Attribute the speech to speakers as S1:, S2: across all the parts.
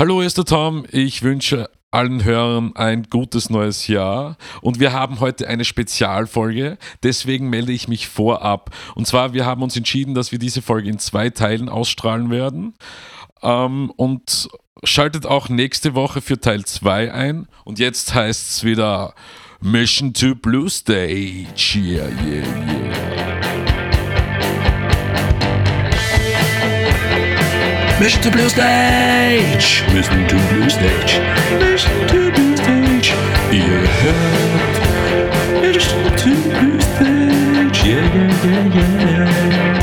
S1: Hallo, hier ist der Tom. Ich wünsche allen Hörern ein gutes neues Jahr und wir haben heute eine Spezialfolge, deswegen melde ich mich vorab. Und zwar, wir haben uns entschieden, dass wir diese Folge in zwei Teilen ausstrahlen werden ähm, und schaltet auch nächste Woche für Teil 2 ein und jetzt heißt es wieder Mission to Blue Stage. Yeah, yeah, yeah.
S2: Mission to Blue Stage. Mission to Blue Stage. Mission to Blue Stage. Ihr hört Mission to Blue Stage. Yeah, yeah, yeah, yeah.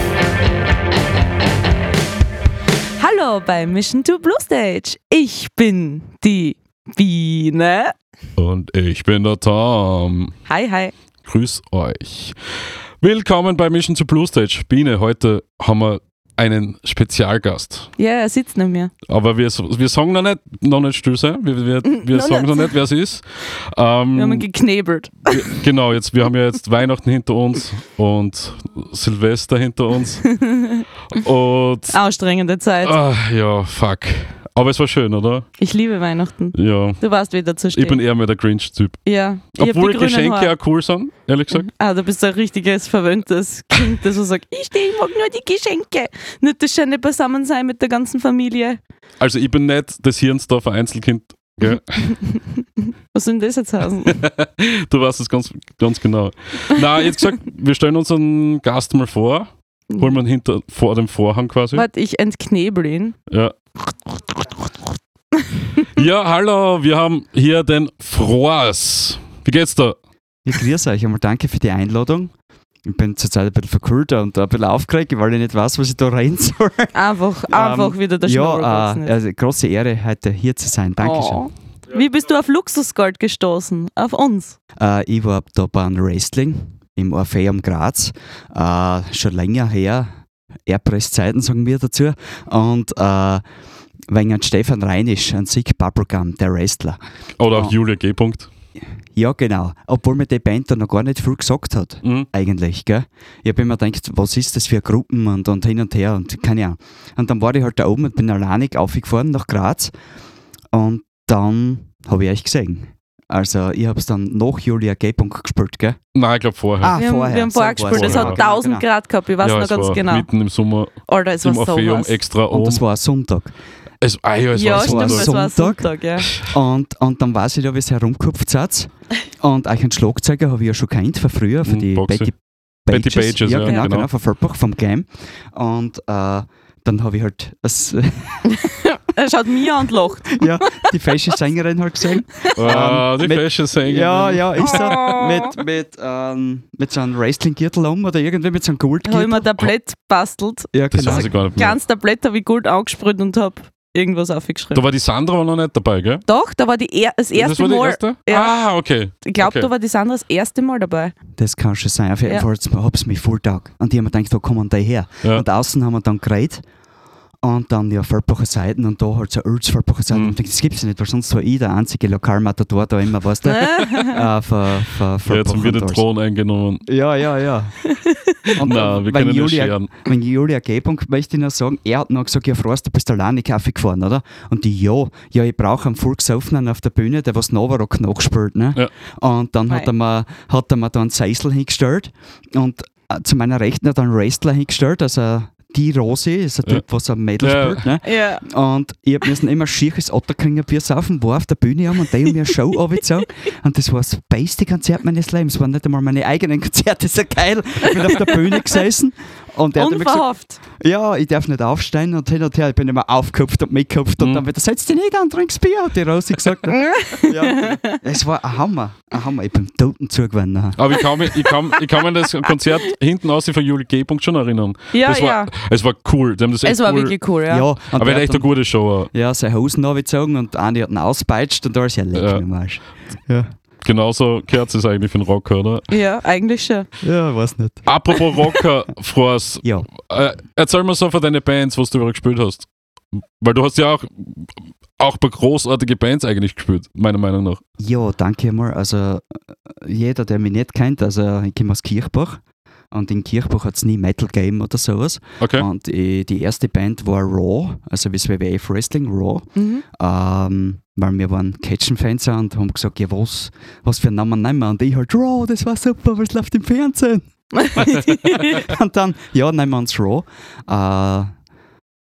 S3: Hallo bei Mission to Blue Stage. Ich bin die Biene.
S1: Und ich bin der Tom.
S3: Hi, hi.
S1: Grüß euch. Willkommen bei Mission to Blue Stage. Biene, heute haben wir einen Spezialgast.
S3: Ja, er sitzt neben mir.
S1: Aber wir, wir sagen noch nicht, noch nicht still sein. Wir, wir, wir
S3: noch
S1: sagen
S3: nicht.
S1: noch nicht, wer es ist.
S3: Wir haben
S1: Ähm,
S3: ihn geknebelt.
S1: wir, genau, jetzt, wir haben ja jetzt Weihnachten hinter uns und Silvester hinter uns. Und
S3: Anstrengende Zeit.
S1: ah, ja, fuck. Aber es war schön, oder?
S3: Ich liebe Weihnachten.
S1: Ja.
S3: Du warst wieder zu
S1: Ich bin
S3: stehen.
S1: eher mehr der Grinch-Typ.
S3: Ja, ich hab die
S1: Obwohl
S3: grünen
S1: Geschenke
S3: Haare.
S1: auch cool sind, ehrlich gesagt.
S3: Ah, du bist ein richtiges, verwöhntes Kind, das so sagt, ich stehe, ich mag nur die Geschenke. Nicht das schöne Beisammensein mit der ganzen Familie.
S1: Also ich bin nicht das Hirnsdorfer Einzelkind. Gell?
S3: Was soll denn das jetzt heißen? Mhm.
S1: Du weißt es ganz, ganz genau. Na, jetzt gesagt, wir stellen unseren Gast mal vor. Holen wir ihn hinter, vor dem Vorhang quasi.
S3: Warte, ich entknebel ihn.
S1: Ja. ja, hallo, wir haben hier den Froas. Wie geht's da?
S4: Ja, grüß euch einmal, danke für die Einladung. Ich bin zurzeit ein bisschen verkühlt und ein bisschen aufgeregt, weil ich nicht weiß, was ich da rein soll.
S3: Einfach,
S1: Ähm,
S3: einfach wieder der
S4: Ja,
S3: Schnurrbart.
S4: äh, also große Ehre, heute hier zu sein. Dankeschön.
S3: Oh. Wie bist du auf Luxusgold gestoßen? Auf uns?
S4: Äh, ich war da beim Wrestling im Orpheum Graz, äh, schon länger her. Erpresszeiten sagen wir dazu. Und äh, wegen an Stefan Reinisch, an Sieg Bubblegum, der Wrestler.
S1: Oder auch
S4: Ah.
S1: Julia G. -Punkt.
S4: Ja, genau. Obwohl mir die Band da noch gar nicht viel gesagt hat.
S1: Mhm.
S4: eigentlich, gell? Ich habe immer gedacht, was ist das für Gruppen und, und hin und her und keine Ahnung. Und dann war ich halt da oben und bin alleine aufgefahren nach Graz und dann habe ich euch gesehen. Also ich habe es dann nach Julia G. Punkt gespielt, gell?
S1: Nein, ich glaube vorher.
S4: Ah,
S3: wir, haben, wir haben
S4: so
S3: vorher gespielt,
S1: war's.
S3: es hat
S1: Vorher, genau,
S3: 1000 Grad gehabt, ich weiß
S1: ja,
S3: noch
S1: es war
S3: ganz genau.
S1: mitten im Sommer
S3: Alter, es war
S1: im Orpheum
S3: sowas.
S1: extra
S4: Genau. Und
S1: oben.
S4: das war ein Sonntag.
S1: Es, ah, ja, um es
S3: ja,
S1: war
S4: es
S3: stimmt,
S1: so.
S4: war
S3: es war ein
S4: Sonntag.
S3: Sonntag, ja.
S4: Und, und dann weiß ich da, wie es herumgekupft seid. Und euch einen Schlagzeuger habe ich ja schon kennt von früher, von
S1: Mhm,
S4: die
S1: Boxy.
S4: Betty Pages.
S1: Betty Pages, ja,
S4: genau,
S1: genau.
S4: genau, von Vollbach, vom Game. Und äh, dann habe ich halt das,
S3: Er schaut mir an und lacht.
S4: ja, die falsche Sängerin halt gesehen.
S1: Ah, die
S4: Mit-
S1: Fashion Sängerin.
S4: Ja, ja, ist
S3: Oh.
S4: er. Mit, mit, ähm, mit so einem Wrestling-Gürtel um oder irgendwie mit so einem
S3: Ich habe
S4: Goldgürtel.
S3: immer Tablett bastelt,
S4: Ja,
S1: Das
S4: genau.
S1: weiß ich gar nicht mehr.
S3: ganz Tablett habe ich Gold angesprüht und habe irgendwas aufgeschrieben.
S1: Da war die Sandra noch nicht dabei, gell?
S3: Doch, da war die er das
S1: das
S3: erste
S1: war die
S3: Mal,
S1: erste?
S3: Ja.
S1: Ah, okay.
S3: ich glaube,
S1: Okay.
S3: da war die Sandra das erste Mal dabei.
S4: Das kann schon sein. Auf jeden
S3: Ja.
S4: Fall habe ich mich voll taugt. Und die haben mir gedacht, wo kommen die her?
S1: Ja.
S4: Und außen haben wir dann geredet. Und dann ja Völpacher Seiten und da halt so Ölsvölpacher Seiten.
S1: Mhm.
S4: Und ich dachte, das gibt's ja nicht, weil sonst war ich der einzige Lokalmatador da immer, weißt du? äh, für, für,
S1: Ja, jetzt haben wir den Thron eingenommen.
S4: Ja, ja, ja. Und
S1: Na, wir
S4: wenn
S1: können nicht
S4: Julia
S1: scheren.
S4: Wenn Julia Gebung möchte ich noch sagen, er hat noch gesagt, ja Frost, du bist alleine Kaffee gefahren, oder? Und die, ja, ja, ich brauche einen Volksaufnahmen auf der Bühne, der was Novarock nachspielt, ne?
S1: Ja.
S4: Und dann hat
S3: Mei.
S4: er, mir, hat er mir da einen Seisel hingestellt und äh, zu meiner Rechten hat er einen Wrestler hingestellt, also die Rosi, ist ein
S1: Ja.
S4: Typ, was ein Mädel
S1: Ja.
S4: spielt, ne?
S3: Ja,
S4: Und ich hab müssen immer schieres Otterkringer Bier saufen, war auf der Bühne haben und da haben mir eine Show runtergezogen. Und das war das beste Konzert meines Lebens. Waren nicht einmal meine eigenen Konzerte, ist ja geil. Ich bin auf der Bühne gesessen und er hat immer gesagt,
S3: unverhofft.
S4: ja, ich darf nicht aufstehen und hin und her. Ich bin immer aufgekupft und mitgekupft und
S1: Mhm.
S4: dann wieder, setz dich nicht an, trinkst Bier, hat die Rosi gesagt. ja. Es war ein Hammer, ein Hammer. Ich bin toten zugewandt. ne? nachher.
S1: Aber ich kann, mich, ich, kann, ich kann mich an das Konzert hinten aus von Juli G. Punkt schon erinnern.
S3: Ja,
S1: das war,
S3: ja.
S1: Es war cool. Die haben das echt
S3: Es war
S1: cool.
S3: wirklich cool, ja.
S4: Ja, und
S1: aber er
S4: der
S1: hat
S4: hat
S1: echt eine
S4: dann-
S1: gute Show. auch.
S4: ja, seine Hosen runtergezogen und eine hat ihn auspeitscht und alles. Ja, leck
S1: Ja.
S4: mich am Arsch. Ja.
S1: Genauso gehört es eigentlich für einen Rocker, oder?
S3: Ja, eigentlich schon.
S4: ja, weiß nicht.
S1: Apropos Rocker, Frost,
S4: Ja.
S1: äh, erzähl mal so von deinen Bands, was du überall gespielt hast. Weil du hast ja auch, auch bei großartige Bands eigentlich gespielt, meiner Meinung nach.
S4: Ja, danke mal. Also äh, jeder, der mich nicht kennt, also ich komme aus Kirchbach Und in Kirchbuch hat es nie Metal gegeben oder sowas.
S1: Okay.
S4: Und äh, die erste Band war Raw, also wie das WWF Wrestling Raw.
S3: Mhm.
S4: Ähm, weil wir waren Catchen-Fans und haben gesagt, ja was, was für einen Namen nehmen wir? Und ich halt, Raw, das war super, was läuft im Fernsehen? und dann, ja, nehmen wir uns Raw. Äh,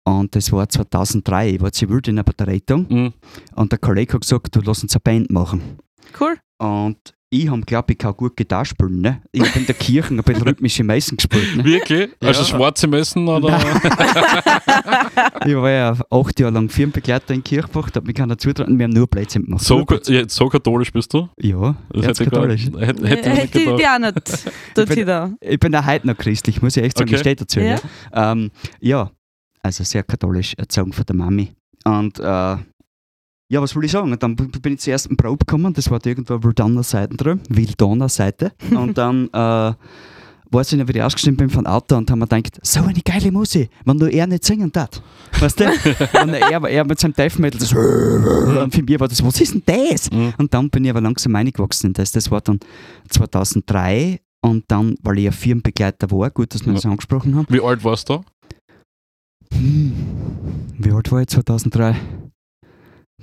S4: und das war 2003, ich war zivil in einer Beratung
S1: Mhm.
S4: und der Kollege hat gesagt, du lass uns eine Band machen.
S3: cool.
S4: Und ich habe, glaube ich, kann gut Gitarre spielen. Ne? Ich habe in der Kirche ein bisschen rhythmische Meißen gespielt. Ne?
S1: Wirklich? Also
S4: Ja.
S1: schwarze Messen oder?
S4: Ich war ja acht Jahre lang Firmenbegleiter in Kirchbach, da hat mich keiner zutraten, wir haben nur Blödsinn gemacht.
S1: So, ka- ja, so katholisch bist du?
S4: Ja,
S1: hätte ich gar-
S4: erzkatholisch.
S1: hätte, hätte ich nicht
S3: Hätte ich
S1: gedacht.
S3: Äh, die auch nicht. Dort
S4: bin-
S3: wieder.
S4: Ich bin auch heute noch christlich, muss ich echt sagen,
S1: Okay.
S4: ich stehe dazu.
S3: Ja.
S4: Ja. Ja. Ähm, ja, also sehr katholisch, erzogen von der Mami. Und äh, ja, was will ich sagen? Und dann b- bin ich zur ersten Probe gekommen, das war da irgendwo Wildaner Seiten drin, Wildaner Seite. Und dann äh, weiß ich noch, wie ich ausgestimmt bin von Auto und haben mir gedacht, so eine geile Musik, wenn du er nicht singen tat. Weißt du? und er, war- er mit seinem Death Metal, das und für mich war das, was ist denn das?
S1: Mhm.
S4: Und dann bin ich aber langsam reingewachsen in das. Das war dann 2003 und dann, weil ich ja Firmenbegleiter war, gut, dass wir das angesprochen haben.
S1: Wie alt warst du?
S4: Hm, Wie alt war ich 2003?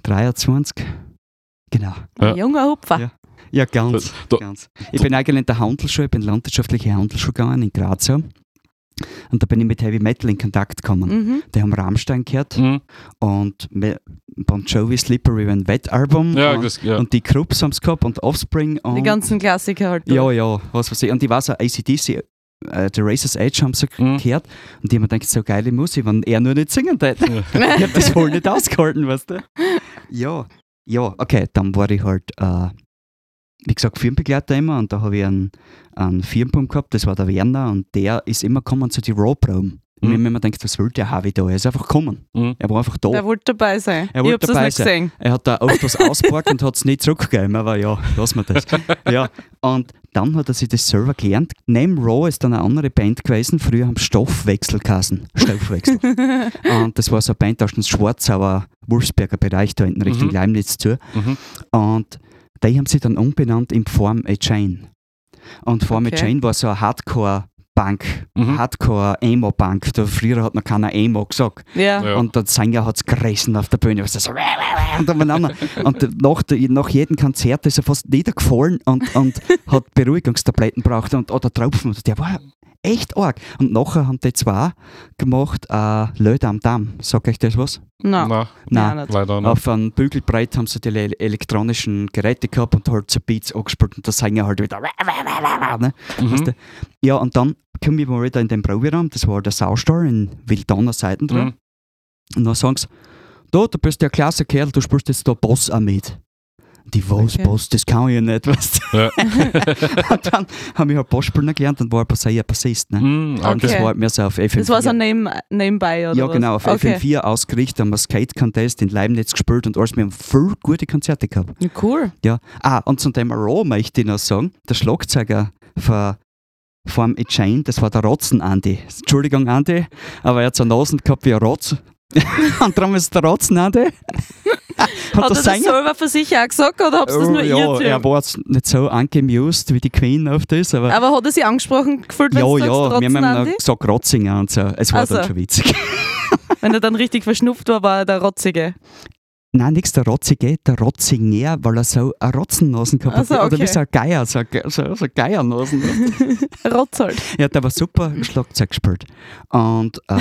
S4: 23? Genau.
S1: Ja.
S3: Ein junger Hupfer.
S4: Ja. Ja, ganz.
S1: Da-
S4: ganz. Ich bin eigentlich in der Handelsschule, ich bin landwirtschaftliche Handelsschule gegangen in Graz. ja. Und da bin ich mit Heavy Metal in Kontakt gekommen.
S3: Mhm.
S4: Die haben Rammstein gehört
S1: Mhm.
S4: und Me- Bon Jovi Slippery When Wet Album.
S1: Ja,
S4: und,
S1: das, ja.
S4: und die Krups haben es gehabt und Offspring. Und
S3: Die ganzen Klassiker halt.
S4: Ja, ja, was weiß ich. Und ich weiß auch, ACDC, äh, The Racer's Edge haben sie
S1: Mhm.
S4: gehört und die haben mir gedacht, so geile Musik, wenn er nur nicht singen würde. Ich hab das wohl nicht ausgehalten, weißt du? Ja, ja, okay, dann war ich halt, äh, wie gesagt, Firmenbegleiter immer und da habe ich einen, einen Firmenpunkt gehabt, das war der Werner und der ist immer gekommen zu den Raw-Proben.
S1: Mhm.
S4: Und ich habe mir immer gedacht, was will der Harvey da? Er ist einfach gekommen.
S1: Mhm.
S4: Er war einfach da.
S3: Er wollte dabei sein.
S4: Er
S3: ich
S4: wollte
S3: hab's das
S4: dabei
S3: nicht
S4: sein.
S3: gesehen.
S4: Er hat da Autos ausgeparkt und hat es nicht zurückgegeben, aber ja, lassen wir das. Ja, und dann hat er sich das selber gelernt. Name Raw ist dann eine andere Band gewesen. Früher haben sie Stoffwechsel geheißen. Stoffwechsel. und das war so eine Band aus dem Schwarzauer Wolfsberger Bereich da hinten Richtung
S1: Mhm.
S4: Leimnitz zu.
S1: Mhm.
S4: Und die haben sie dann umbenannt in Form A Chain. Und Form
S3: Okay.
S4: A Chain war so eine Hardcore-Bank,
S1: Mhm.
S4: Hardcore-Emo-Bank. Früher hat noch keiner Emo gesagt.
S3: Ja.
S1: Ja.
S4: Und der Sänger hat es gerissen auf der Bühne. Was das so, und umeinander. und nach, der- nach jedem Konzert ist er fast niedergefallen und, und hat Beruhigungstabletten braucht und oder Tropfen. Und der war echt arg. Und nachher haben die zwei gemacht, äh, Löder am Damm. Sag euch das was?
S1: Nein,
S3: Nein.
S4: Nein.
S3: Nein, nicht.
S1: leider nicht.
S4: Auf einem Bügelbreit haben sie die ele- elektronischen Geräte gehabt und halt so Beats angespielt und der Sänger halt wieder. Ne?
S1: Mhm.
S4: du? Ja, und dann kommen wir mal wieder in den Proberaum, das war der Saustall in Wildaner Seiten drin.
S1: Mhm.
S4: Und dann sagen sie, du, du bist der klasse Kerl, du spielst jetzt da Boss auch mit. Die was,
S3: Okay.
S4: Boss, das kann ich ja nicht, weißt du.
S1: Ja.
S4: und dann habe ich halt Boss spielen gelernt und war ein Bassi- ein Bassist. Ne?
S1: Mhm,
S4: Und das
S1: okay.
S4: war halt mehr so auf FM4.
S3: Das war so neben, nebenbei, oder
S4: ja,
S3: was?
S4: genau, auf
S3: okay.
S4: FM4 ausgerichtet, haben wir Skate-Contest in Leibniz gespielt und alles. Wir haben voll gute Konzerte gehabt.
S3: Ja, Cool.
S4: Ja, ah, und zum Thema Raw möchte ich noch sagen, der Schlagzeuger von vom Chain, das war der Rotzen Andi. Entschuldigung, Andi, aber er hat so Nasen gehabt wie ein Rotz. und darum ist es der Rotzen Andi.
S3: Hat er das selber für sich auch gesagt oder habt ihr das nur
S4: Oh, ja,
S3: ihr
S4: er war jetzt nicht so angemused wie die Queen auf das, aber.
S3: Aber hat er sich angesprochen gefühlt, wenn
S4: ja,
S3: du sagst,
S4: ja, wir
S3: Rotzen,
S4: haben ihm
S3: Andi?
S4: noch gesagt Rotzinger und so. Es war
S3: Also.
S4: dann schon witzig.
S3: Wenn er dann richtig verschnupft war, war er der Rotzige.
S4: Nein, nix der Rotzige, der Rotzinger, weil er so eine Rotzennasen gehabt hat.
S3: Ach so,
S4: Oder
S3: Also, okay.
S4: wie so ein Geier, so, ein Ge- so, so Geiernasen.
S3: Rotz halt.
S4: Er hat aber super Schlagzeug gespielt. Und äh,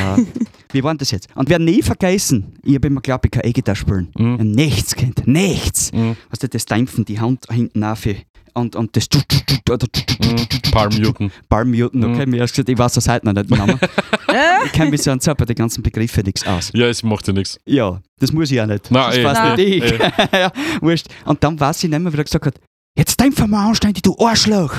S4: wie war denn das jetzt? Und wir haben nie vergessen, ich habe immer geglaubt, ich kann E-Gitarre spielen.
S1: Mhm.
S4: Ja, Nichts, Kind, nichts.
S1: Mhm.
S4: Weißt du, das Dämpfen, die Hand hinten auf und, und das tut, tut, tut, oder tut, tut,
S1: Mhm. Palm Newton.
S4: Palm-Muten,
S1: Mhm.
S4: okay, mir hast du gesagt, ich weiß das heute noch nicht, den Namen.
S3: Äh?
S4: Ich kenne mich so an so bei den ganzen Begriffen nichts aus.
S1: Ja, es macht ja nichts.
S4: Ja, das muss ich auch nicht.
S1: Nein,
S4: das
S1: eh,
S4: weiß
S1: eh,
S4: nicht ich. ja, wurscht. Und dann weiß ich nicht mehr, wie er gesagt hat, jetzt dämpfen wir anständig, du Arschloch.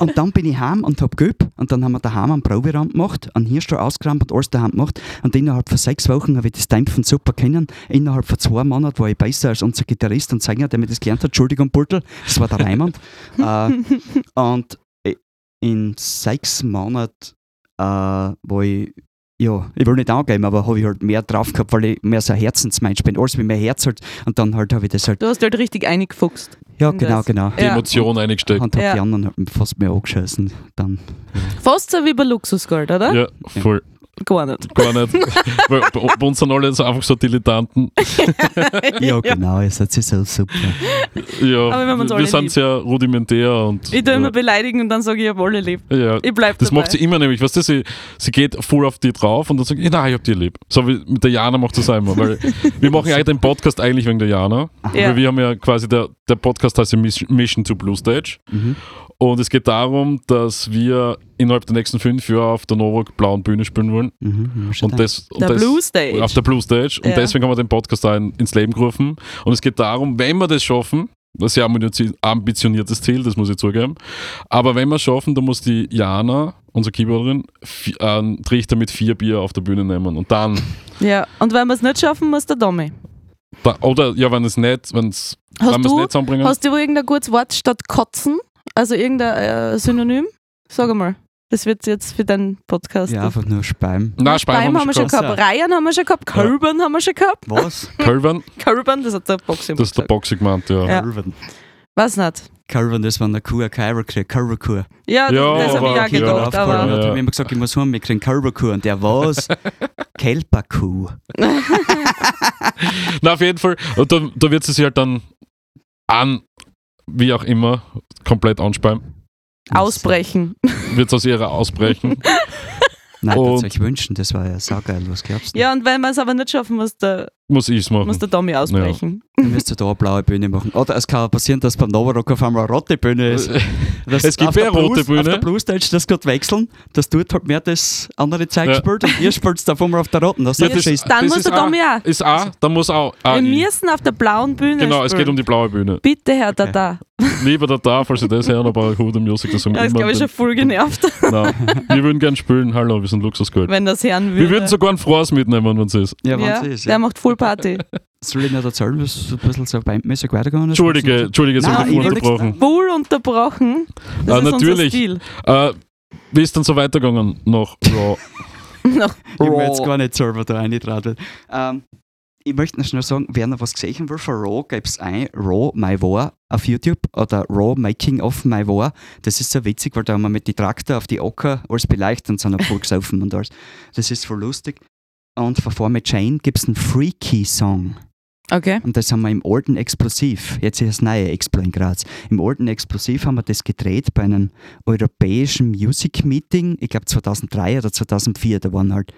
S4: und dann bin ich heim und hab geübt. Und dann haben wir daheim einen Proberaum gemacht, einen Hirschstall ausgerammt und alles daheim gemacht. Und innerhalb von sechs Wochen habe ich das Dämpfen super kennen. Innerhalb von zwei Monaten war ich besser als unser Gitarrist und Sänger, der mir das gelernt hat. Entschuldigung, Burtel, das war der Raimund. äh, und in sechs Monaten äh, war ich ja, ich will nicht angeben, aber habe ich halt mehr drauf gehabt, weil ich mehr so ein Herzensmensch bin, alles mit meinem Herz halt. Und dann halt habe ich das halt,
S3: Du hast halt richtig eingefuchst.
S4: ja,
S3: Und
S4: genau,
S3: das-
S4: genau.
S1: Die
S3: Ja.
S1: Emotion eingesteckt.
S4: Und habe
S3: Ja.
S4: die anderen halt fast mehr angeschissen. Dann,
S3: Fast so wie bei Luxusgold, oder?
S1: Ja, voll.
S3: Gar nicht.
S1: Gar nicht. Weil bei bei uns sind alle so einfach so Dilettanten.
S4: ja, genau, ihr seid so super.
S1: Ja,
S3: Aber wir haben uns alle
S1: wir sind
S3: lieb.
S1: sehr rudimentär und.
S3: Ich tue immer beleidigen und dann sage ich, ich habe alle lieb.
S1: ja,
S3: Ich bleib
S1: das
S3: dabei.
S1: macht sie immer nämlich, weißt du, sie, sie geht voll auf die drauf und dann sagt, nein, ich hab die lieb. So wie mit der Jana macht das auch immer, weil wir machen ja den Podcast eigentlich wegen der Jana,
S3: Ja.
S1: weil wir haben ja quasi, der, der Podcast heißt ja Mis- Mission to Blue Stage
S4: Mhm.
S1: und es geht darum, dass wir innerhalb der nächsten fünf Jahre auf der Novak blauen Bühne spielen wollen
S4: Mhm, ja, schon
S1: und das, und
S3: Der
S1: das
S3: Blue Stage.
S1: auf der Blue Stage und
S3: Ja.
S1: deswegen haben wir den Podcast da in, ins Leben gerufen und es geht darum, wenn wir das schaffen, das ist ja ein ambitioniert- ambitioniertes Ziel, das muss ich zugeben. Aber wenn wir es schaffen, dann muss die Jana, unsere Keyboarderin, vi- einen Trichter mit vier Bier auf der Bühne nehmen. Und dann,
S3: Ja, und wenn wir es nicht schaffen, muss der Domi.
S1: da, oder ja, wenn es nicht, wenn's,
S3: Hast
S1: wenn wir es
S3: du,
S1: nicht zusammenbringen.
S3: hast du irgendein gutes Wort statt kotzen? Also irgendein äh, Synonym? Sag mal. Das wird jetzt für deinen Podcast.
S4: ja, einfach nur Speim.
S1: Nein,
S3: Beim
S1: Speim
S3: haben wir schon gehabt, Reihen haben wir schon gehabt, Kölben haben wir schon gehabt.
S4: Was?
S1: Kölvern,
S3: Kölben, das hat der Boxing
S1: das ist der Boxer gemeint, ja.
S3: Ja.
S4: Calvin.
S3: Was nicht?
S4: Calvin, das war eine Kuh, eine Kairokur, Kairokur.
S3: Ja, das,
S1: Ja,
S3: das habe ich
S1: aber-
S3: auch gedacht,
S1: ja,
S3: aber.
S1: ja.
S4: Ich habe immer gesagt, ich muss haben, wir kriegen Kairokur. Und der, was? Kelperkuh.
S1: Na, auf jeden Fall. Und da, da wird sie sich halt dann an, wie auch immer, komplett anspeien.
S3: Ausbrechen.
S1: Wird es aus ihrer ausbrechen.
S4: Nein,
S1: Und-
S4: das euch wünschen, das war ja saugeil, was glaubst du?
S3: Ja, und wenn wir es aber nicht schaffen, muss der,
S1: Muss ich es machen.
S3: muss der Domi ausbrechen.
S4: Ihr müsst ja da eine blaue Bühne machen. Oder es kann auch passieren, dass beim Novarock auf einmal eine rote Bühne ist. Das
S1: Es gibt
S4: auf der
S1: ja eine rote
S4: Blues-
S1: Bühne.
S4: Auf der Bluestage das gerade wechseln, dass dort halt mehr das andere Zeug
S1: Ja.
S4: spielt und ihr spielt da auf einmal auf der roten. Das
S1: Ja,
S4: ist
S1: das-
S4: scheiße.
S3: Dann
S1: das
S3: muss
S1: ist
S3: der Domi auch.
S1: Ist A, dann muss auch A.
S3: Wir
S1: I.
S3: müssen auf der blauen Bühne.
S1: Genau, es
S3: spielen.
S1: geht um die blaue Bühne.
S3: Bitte, Herr Dada.
S1: Lieber da da, falls ihr das hören, aber Hude Music, das haben
S3: Ja, das
S1: immer.
S3: glaube ich schon voll genervt,
S1: Nein, wir würden gern spielen. Hallo, wir sind Luxusgold.
S3: wenn das hören würde.
S1: Wir würden sogar einen Frost mitnehmen, wenn es ist.
S4: Ja,
S3: ja,
S4: wenn's ist.
S3: Der
S4: Ja.
S3: macht Full Party.
S4: Soll ich nicht erzählen, wie es ein bisschen so bandmäßig weitergegangen ist?
S1: Entschuldige, Entschuldige, jetzt
S4: Nein,
S1: habe ich
S4: ich will
S1: unterbrochen.
S3: Wohl unterbrochen. Das
S1: Ah,
S3: ist unser
S1: natürlich.
S3: Stil.
S1: Äh, wie ist denn so weitergegangen nach Raw?
S3: Noch
S4: Ich will jetzt gar nicht selber da reintraten. Ähm, ich möchte noch schnell sagen, wer noch was gesehen will von Raw, gäbe es ein Raw My War auf YouTube oder Raw Making of My War. Das ist so witzig, weil da haben wir mit den Traktor auf die Ocker alles beleuchtet und sind voll gesaufen und alles. Das ist voll lustig. Und von Form mit Jane gibt es einen Freaky-Song.
S3: Okay.
S4: Und das haben wir im alten Explosiv, jetzt ist das neue Explo in Graz. Im alten Explosiv haben wir das gedreht bei einem europäischen Music Meeting, ich glaube 2003 oder 2004, da waren halt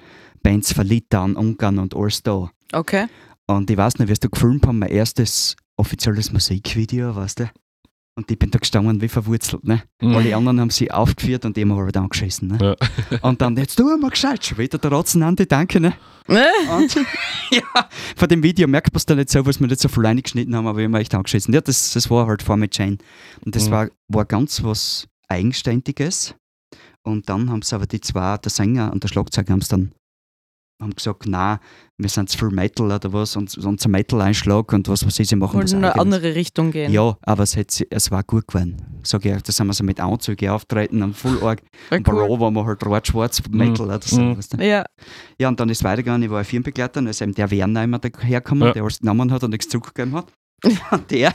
S4: Bands von Litauen, Ungarn und alles da.
S3: Okay.
S4: Und ich weiß nicht, wirst du gefilmt haben, mein erstes offizielles Musikvideo, weißt du? Und ich bin da gestanden wie verwurzelt, ne? Alle
S1: Mhm.
S4: anderen haben sie aufgeführt und ich habe halt angeschissen, ne?
S1: Ja.
S4: Und dann, jetzt tu mal gescheit, schon wieder der Rotzenandi, danke, ne? Und ja, von dem Video merkt man es dann nicht so, was wir nicht so viel reingeschnitten haben, aber wir haben echt angeschissen. Ja, das, das war halt vor mit Jane. Und das
S1: Mhm.
S4: war, war ganz was Eigenständiges. Und dann haben sie aber die zwei, der Sänger und der Schlagzeuger, haben es dann haben gesagt, na, wir sind zu viel Metal oder was und sonst ein Metal-Einschlag und was weiß ich, sie machen
S3: Wollen
S4: was
S3: in eine
S4: Eigenes.
S3: andere Richtung gehen.
S4: Ja, aber es, hat, sie- es war gut gewesen. Sag ich, euch, da sind wir so mit Anzügen auftreten und voll arg.
S3: Voll
S4: Und bei Raw waren wir halt rot-schwarz, Metal oder so.
S1: Mhm.
S4: Weißt du?
S3: Ja.
S4: Ja, und dann ist weitergegangen, ich war ein Firmenbegleiter, und da ist eben der Werner immer dahergekommen,
S1: Ja.
S4: der alles genommen hat und nichts zurückgegeben hat. Und der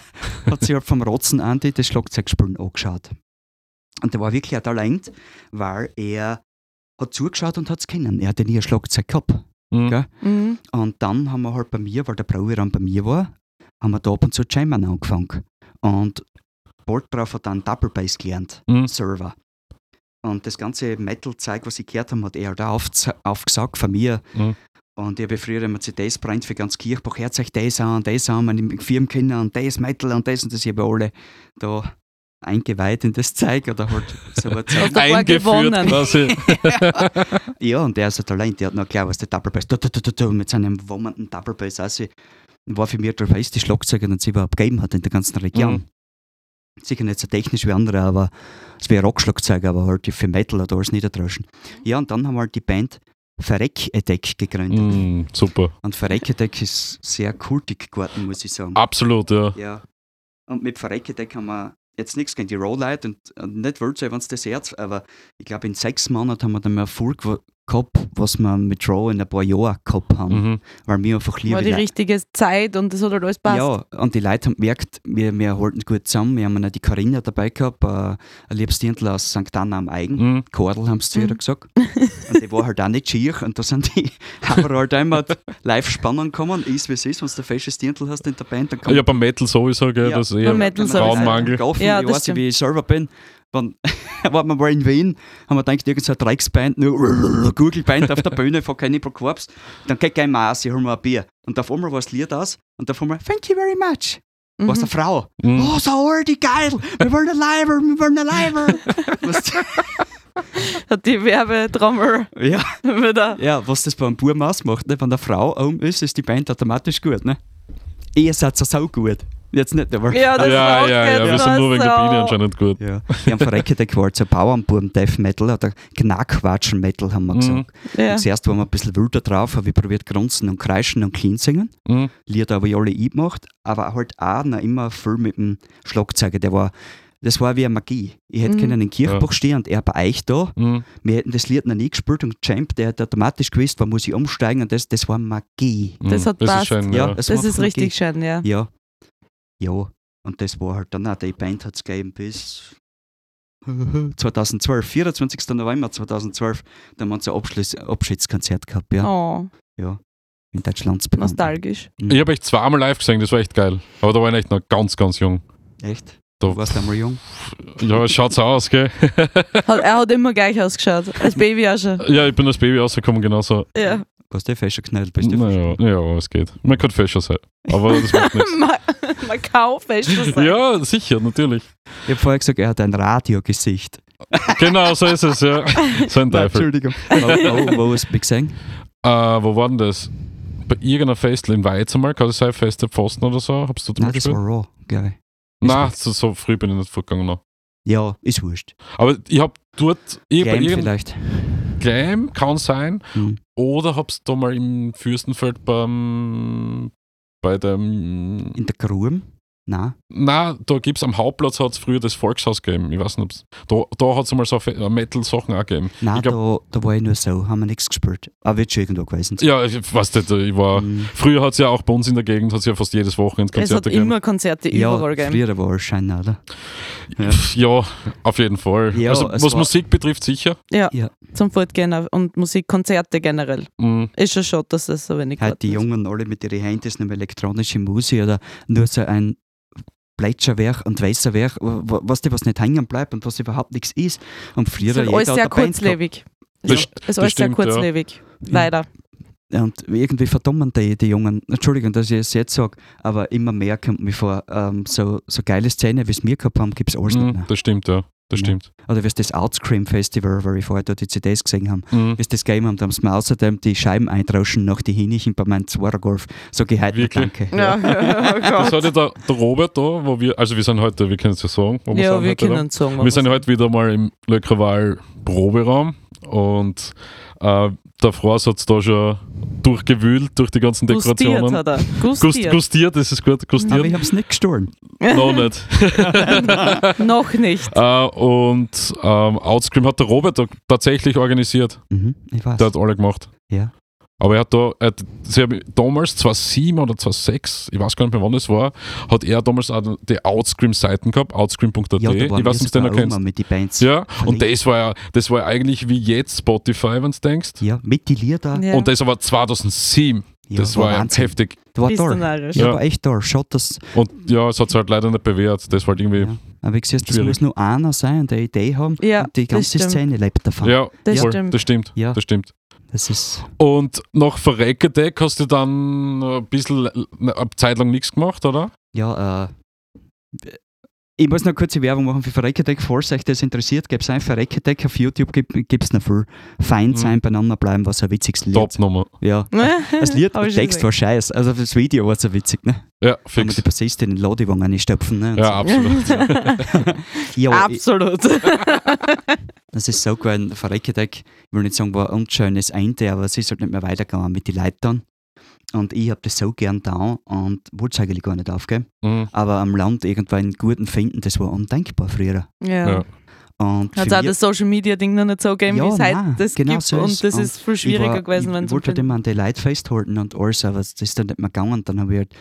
S4: hat sich halt vom Rotzen an das Schlagzeugspielen angeschaut. Und der war wirklich ein Talent, weil er hat zugeschaut und hat es kennen. Er hatte nie ein Schlagzeug gehabt.
S1: Mhm.
S3: Mhm.
S4: Und dann haben wir halt bei mir, weil der Brauraum bei mir war, haben wir da ab und zu Jammern angefangen. Und bald drauf hat er dann Double Bass gelernt,
S1: Mhm.
S4: Server. Und das ganze Metal-Zeug, was ich gehört habe, hat er da auf, aufgesagt von mir.
S1: Mhm.
S4: Und ich habe früher immer CDs brennt für ganz Kirchbach, hört euch das an, das an, meine Firmenkinder und das Metal und das und das. Ich habe alle da eingeweiht in das Zeug oder halt so ein Zeug.
S3: Hast du aber
S1: Eingeführt
S3: gewonnen.
S1: quasi.
S4: Ja, und der ist ein Talent, der hat noch klar, was der Double Bass, du, du, du, du, du, mit seinem wummernden Double Bass, also war für mich der beste Schlagzeuger, den es überhaupt gegeben hat in der ganzen Region.
S1: Mhm.
S4: Sicher nicht so technisch wie andere, aber es wäre Rockschlagzeuger, aber halt für Metal hat alles niederdroschen. Ja, und dann haben wir halt die Band Verreckedeck gegründet.
S1: Mhm, super.
S4: Und Verreckedeck ist sehr kultig geworden, muss ich sagen.
S1: Absolut, ja.
S4: Ja. Und mit Verreckedeck haben wir jetzt nichts gegen die Rolllight und, und nicht Wölzer, wenn es das hört, aber ich glaube, in sechs Monaten haben wir dann mehr Erfolg gew- gehabt, was wir mit Raw in ein paar Jahren gehabt haben,
S1: Mhm.
S4: weil wir einfach lieber
S3: War die
S4: Leute-
S3: richtige Zeit und das hat halt alles passt.
S4: Ja, und die Leute haben gemerkt, wir, wir halten gut zusammen. Wir haben auch die Corinna dabei gehabt, äh, ein Liebstendl aus St. Anna am Eigen.
S1: Mhm.
S4: Kordel haben sie zu ihr gesagt. Und die war halt auch nicht schier. Und da sind die aber halt einmal live spannend gekommen. Ist wie es ist, wenn du ein fesches Dirndl hast in der Band, dann kommt
S1: Ja, beim Metal sowieso, gell?
S4: Ja,
S1: das ist
S3: beim
S1: eher
S3: Metal sowieso.
S1: Frauenmangel.
S4: Kaufen,
S3: Ja, das
S4: ich weiß nicht,
S3: stimmt.
S4: wie ich selber bin. Wenn, wenn wir mal in Wien, haben wir gedacht, irgendeine Drecksband, nur Google-Band auf der Bühne von Cannibal Corpse, dann geht kein Maß, ich hol mir ein Bier. Und auf einmal war das Lied aus und auf einmal, thank you very much.
S3: Mhm.
S4: Was eine Frau.
S1: Mhm.
S4: Oh, so already geil. Wir wollen alive, wir wollen alive. was,
S3: Hat die Werbetrommel
S4: ja,
S3: wieder.
S4: ja, was das beim Buben ausmacht, ne? wenn der Frau um ist, ist die Band automatisch gut. Ne? Ihr seid so sau gut. Jetzt nicht, aber.
S3: Ja, das war
S1: Ja,
S3: auch
S1: ja, ja,
S3: gut,
S1: wir sind nur wegen der
S3: was
S1: Biene
S3: auch.
S1: anscheinend gut.
S4: Ja. Wir haben verreckte Quarz, so Bauernbuben, Death Metal oder Knackwatschen Metal haben wir gesagt.
S3: Ja.
S4: Und zuerst waren wir ein bisschen wilder drauf, habe ich probiert grunzen und kreischen und clean singen.
S1: Mhm.
S4: Lieder habe ich alle gemacht, aber halt auch noch immer viel mit dem Schlagzeuger. Der war, das war wie eine Magie. Ich hätte
S3: Mhm.
S4: können in Kirchbach stehen und er bei euch da.
S1: Mhm.
S4: Wir hätten das Lied noch nie gespielt und Champ, der hätte automatisch gewusst, wann muss ich umsteigen und das, das war Magie.
S3: Das hat
S1: das
S3: passt.
S1: ist schön,
S4: Mhm. Ja,
S1: ja.
S4: es
S3: Das
S4: war
S3: ist
S4: Magie.
S3: richtig schön, ja.
S4: Ja. Ja. Und das war halt dann auch, die Band hat es gegeben bis 2012, 24. November 2012, da haben wir unser Abschluss, Abschiedskonzert gehabt, ja.
S3: Oh,
S4: In Deutschland.
S3: nostalgisch.
S1: Ich habe euch zweimal live gesehen, das war echt geil. Aber da war ich echt noch ganz, ganz jung.
S4: Echt?
S1: Da,
S4: Du warst einmal jung.
S1: ja, schaut so aus, gell?
S3: Hat, er hat immer gleich ausgeschaut. Als Baby auch schon.
S1: ja, ich bin als Baby rausgekommen, genauso.
S3: Ja.
S4: Warst du fescher knallt? Bist du
S1: naja, ja, es geht. Man kann Fischer sein. Aber das macht nichts.
S3: Ma- Macau fest zu sein.
S1: Ja, sicher, natürlich.
S4: Ich habe vorher gesagt, er hat ein Radiogesicht.
S1: Genau, so ist es, ja. So ein
S4: Nein,
S1: Teufel.
S4: Entschuldigung. wo, wo, wo hast du mich gesehen?
S1: Äh, wo war denn das? Bei irgendeiner Festel in Weiz einmal, kann es sein, Fest der Pfosten oder so? Habst du da
S4: Nein, das war
S1: mitgespielt?
S4: Raw, glaube ich.
S1: Nein, so, so früh bin ich nicht vorgegangen. noch.
S4: Ja, ist wurscht.
S1: Aber ich hab dort, ich bei
S4: Game
S1: irgendeinem
S4: vielleicht.
S1: Glam, kann sein,
S4: Hm.
S1: oder hab's da mal im Fürstenfeld beim, bei dem,
S4: In der Krum? Nein.
S1: na, da gibt's am Hauptplatz hat's früher das Volkshaus gegeben, ich weiß nicht, ob's, da, da hat's mal so Fe- äh, Metal-Sachen auch gegeben.
S4: Nein,
S1: Ich glaub-
S4: da, da war ich nur so, haben wir nichts gespielt. Aber wird schon irgendwo gewesen sein.
S1: Ja, ich weiß nicht, äh, ich war,
S4: Hm.
S1: früher hat's ja auch bei uns in der Gegend, hat's ja fast jedes Wochenende
S3: Es hat
S1: Konzerte gegeben.
S3: immer Konzerte überall
S4: Ja,
S3: gegeben.
S4: früher war es scheinbar, oder? ja.
S1: Pff, ja, auf jeden Fall.
S4: Ja,
S1: also,
S4: es
S1: was
S4: war-
S1: Musik betrifft, sicher.
S3: Zum Fortgehen auf- und Musikkonzerte generell.
S1: Mhm.
S3: Ist schon schade, dass das so wenig
S4: Heute Halt die
S3: geworden
S4: Jungen alle mit ihren Handys nur elektronische Musik oder nur so ein Plätscherwerk und Weißerwerk, was dir was nicht hängen bleibt und was überhaupt nichts ist. Und früher
S3: ist. Ist halt alles
S4: jeder
S3: sehr
S4: hat eine Band
S3: kurzlebig.
S1: Das
S3: Ist ist alles sehr
S1: stimmt, ja.
S3: kurzlebig.
S4: Ja.
S3: Leider.
S4: gehabt. Und irgendwie verdummen die, die Jungen, Entschuldigung, dass ich es jetzt sage, aber immer mehr kommt mir vor, ähm, so, so geile Szene, wie es mir gehabt haben, gibt es alles nicht
S1: Mhm,
S3: ne?
S4: mehr.
S1: das stimmt, ja. Das
S4: Ja.
S1: stimmt.
S4: Oder wie es das Outscream Festival, wo ich vorher da die CDs gesehen haben,
S1: Mhm.
S4: bis das Game haben, da haben sie mir außerdem die Scheiben eintrauschen nach die Hinichen bei meinem Zwarer-Golf. So gehalten,
S1: Wirklich?
S4: danke.
S3: Ja, ja, oh
S1: Das
S3: Gott.
S1: hat ja der, der Robert da, wo wir, also wir sind heute, wir können es ja sagen, wo wir
S3: ja
S1: sind
S3: wir
S1: heute, oder?
S3: können sagen.
S1: Wir sind heute wieder mal im Le Creval Proberaum und äh, der Franz hat es da schon durchgewühlt durch die ganzen
S3: Gustiert
S1: Dekorationen.
S3: hat er.
S1: Gust,
S3: Gustiert.
S1: gustiert, das ist gut,
S4: Aber
S1: gustiert.
S4: ich habe es nicht gestohlen.
S1: Noch nicht.
S3: Noch nicht.
S1: äh, und ähm, Outscream hat der Robert da tatsächlich organisiert.
S4: Mhm, ich weiß.
S1: Der hat alle gemacht.
S4: Ja.
S1: Aber er hat da, er hat, sie haben damals 2007 oder 2006, ich weiß gar nicht mehr wann es war, hat er damals auch die Outscream-Seiten gehabt, outscream.at.
S4: ja, da
S1: ich
S4: waren wir
S1: weiß nicht, ob du den
S4: sogar
S1: noch kennst.
S4: immer mit die Bands.
S1: Ja, und
S4: Verlinkt.
S1: das war ja, das war ja eigentlich wie jetzt Spotify, wenn du denkst.
S4: Ja, mit die Lieder.
S3: Ja.
S1: Und das aber 2007.
S4: Ja,
S1: das war ja
S4: Wahnsinn.
S1: heftig.
S4: Da war
S3: Bist du
S4: toll.
S3: narrisch.
S4: Ja,
S1: Ja.
S4: war echt toll. Schaut das.
S1: Und ja, es hat sich halt leider nicht bewährt. Das war halt irgendwie.
S4: Ja. Aber ich sehe, das
S1: Schwierig.
S4: muss nur einer sein, der eine Idee haben.
S3: Ja,
S4: und die
S3: das
S4: ganze
S3: stimmt.
S4: Szene lebt davon.
S1: Ja,
S3: Das
S1: voll,
S3: stimmt.
S1: das stimmt.
S4: Ja.
S1: Das stimmt.
S4: Das ist.
S1: Und nach Verreckedeck hast du dann ein bisschen eine Zeit lang nichts gemacht, oder?
S4: Ja, äh. Ich muss noch kurze Werbung machen für Verreckedeck, falls euch das interessiert, gibt es ein Verreckedeck auf YouTube, gibt es noch viel.
S1: Mhm.
S4: Fein sein, beieinander bleiben, was ein witziges Lied.
S1: Top-Nummer.
S4: Ja. Das Lied, der Text war scheiße, also das Video war so witzig, ne?
S1: Ja,
S4: Wenn
S1: fix.
S4: man die Bassistin in Lodewang einstopfen, ne? Und
S1: Ja, absolut.
S4: so. ja ich-
S3: Absolut.
S4: Das ist so gewesen, Verreckedeck, ich will nicht sagen, war ein unschönes Ende, aber es ist halt nicht mehr weitergegangen mit den Leitern. Und ich habe das so gern da und wollte es eigentlich gar nicht aufgeben.
S1: Mhm.
S4: Aber am Land irgendwann einen guten finden, das war undenkbar früher.
S3: ja.
S1: Ja.
S4: Und
S3: Hat
S4: für
S3: auch
S4: ihr-
S3: das Social Media Ding noch nicht so gegeben,
S4: Ja,
S3: wie es
S4: nein,
S3: heute das
S4: genau
S3: gibt.
S4: so ist.
S3: und das
S4: Und
S3: ist viel schwieriger
S4: ich war,
S3: gewesen, um wenn
S4: Ich wollte halt
S3: es
S4: immer an die Leute festhalten und alles, aber das ist dann nicht mehr gegangen. Dann habe ich halt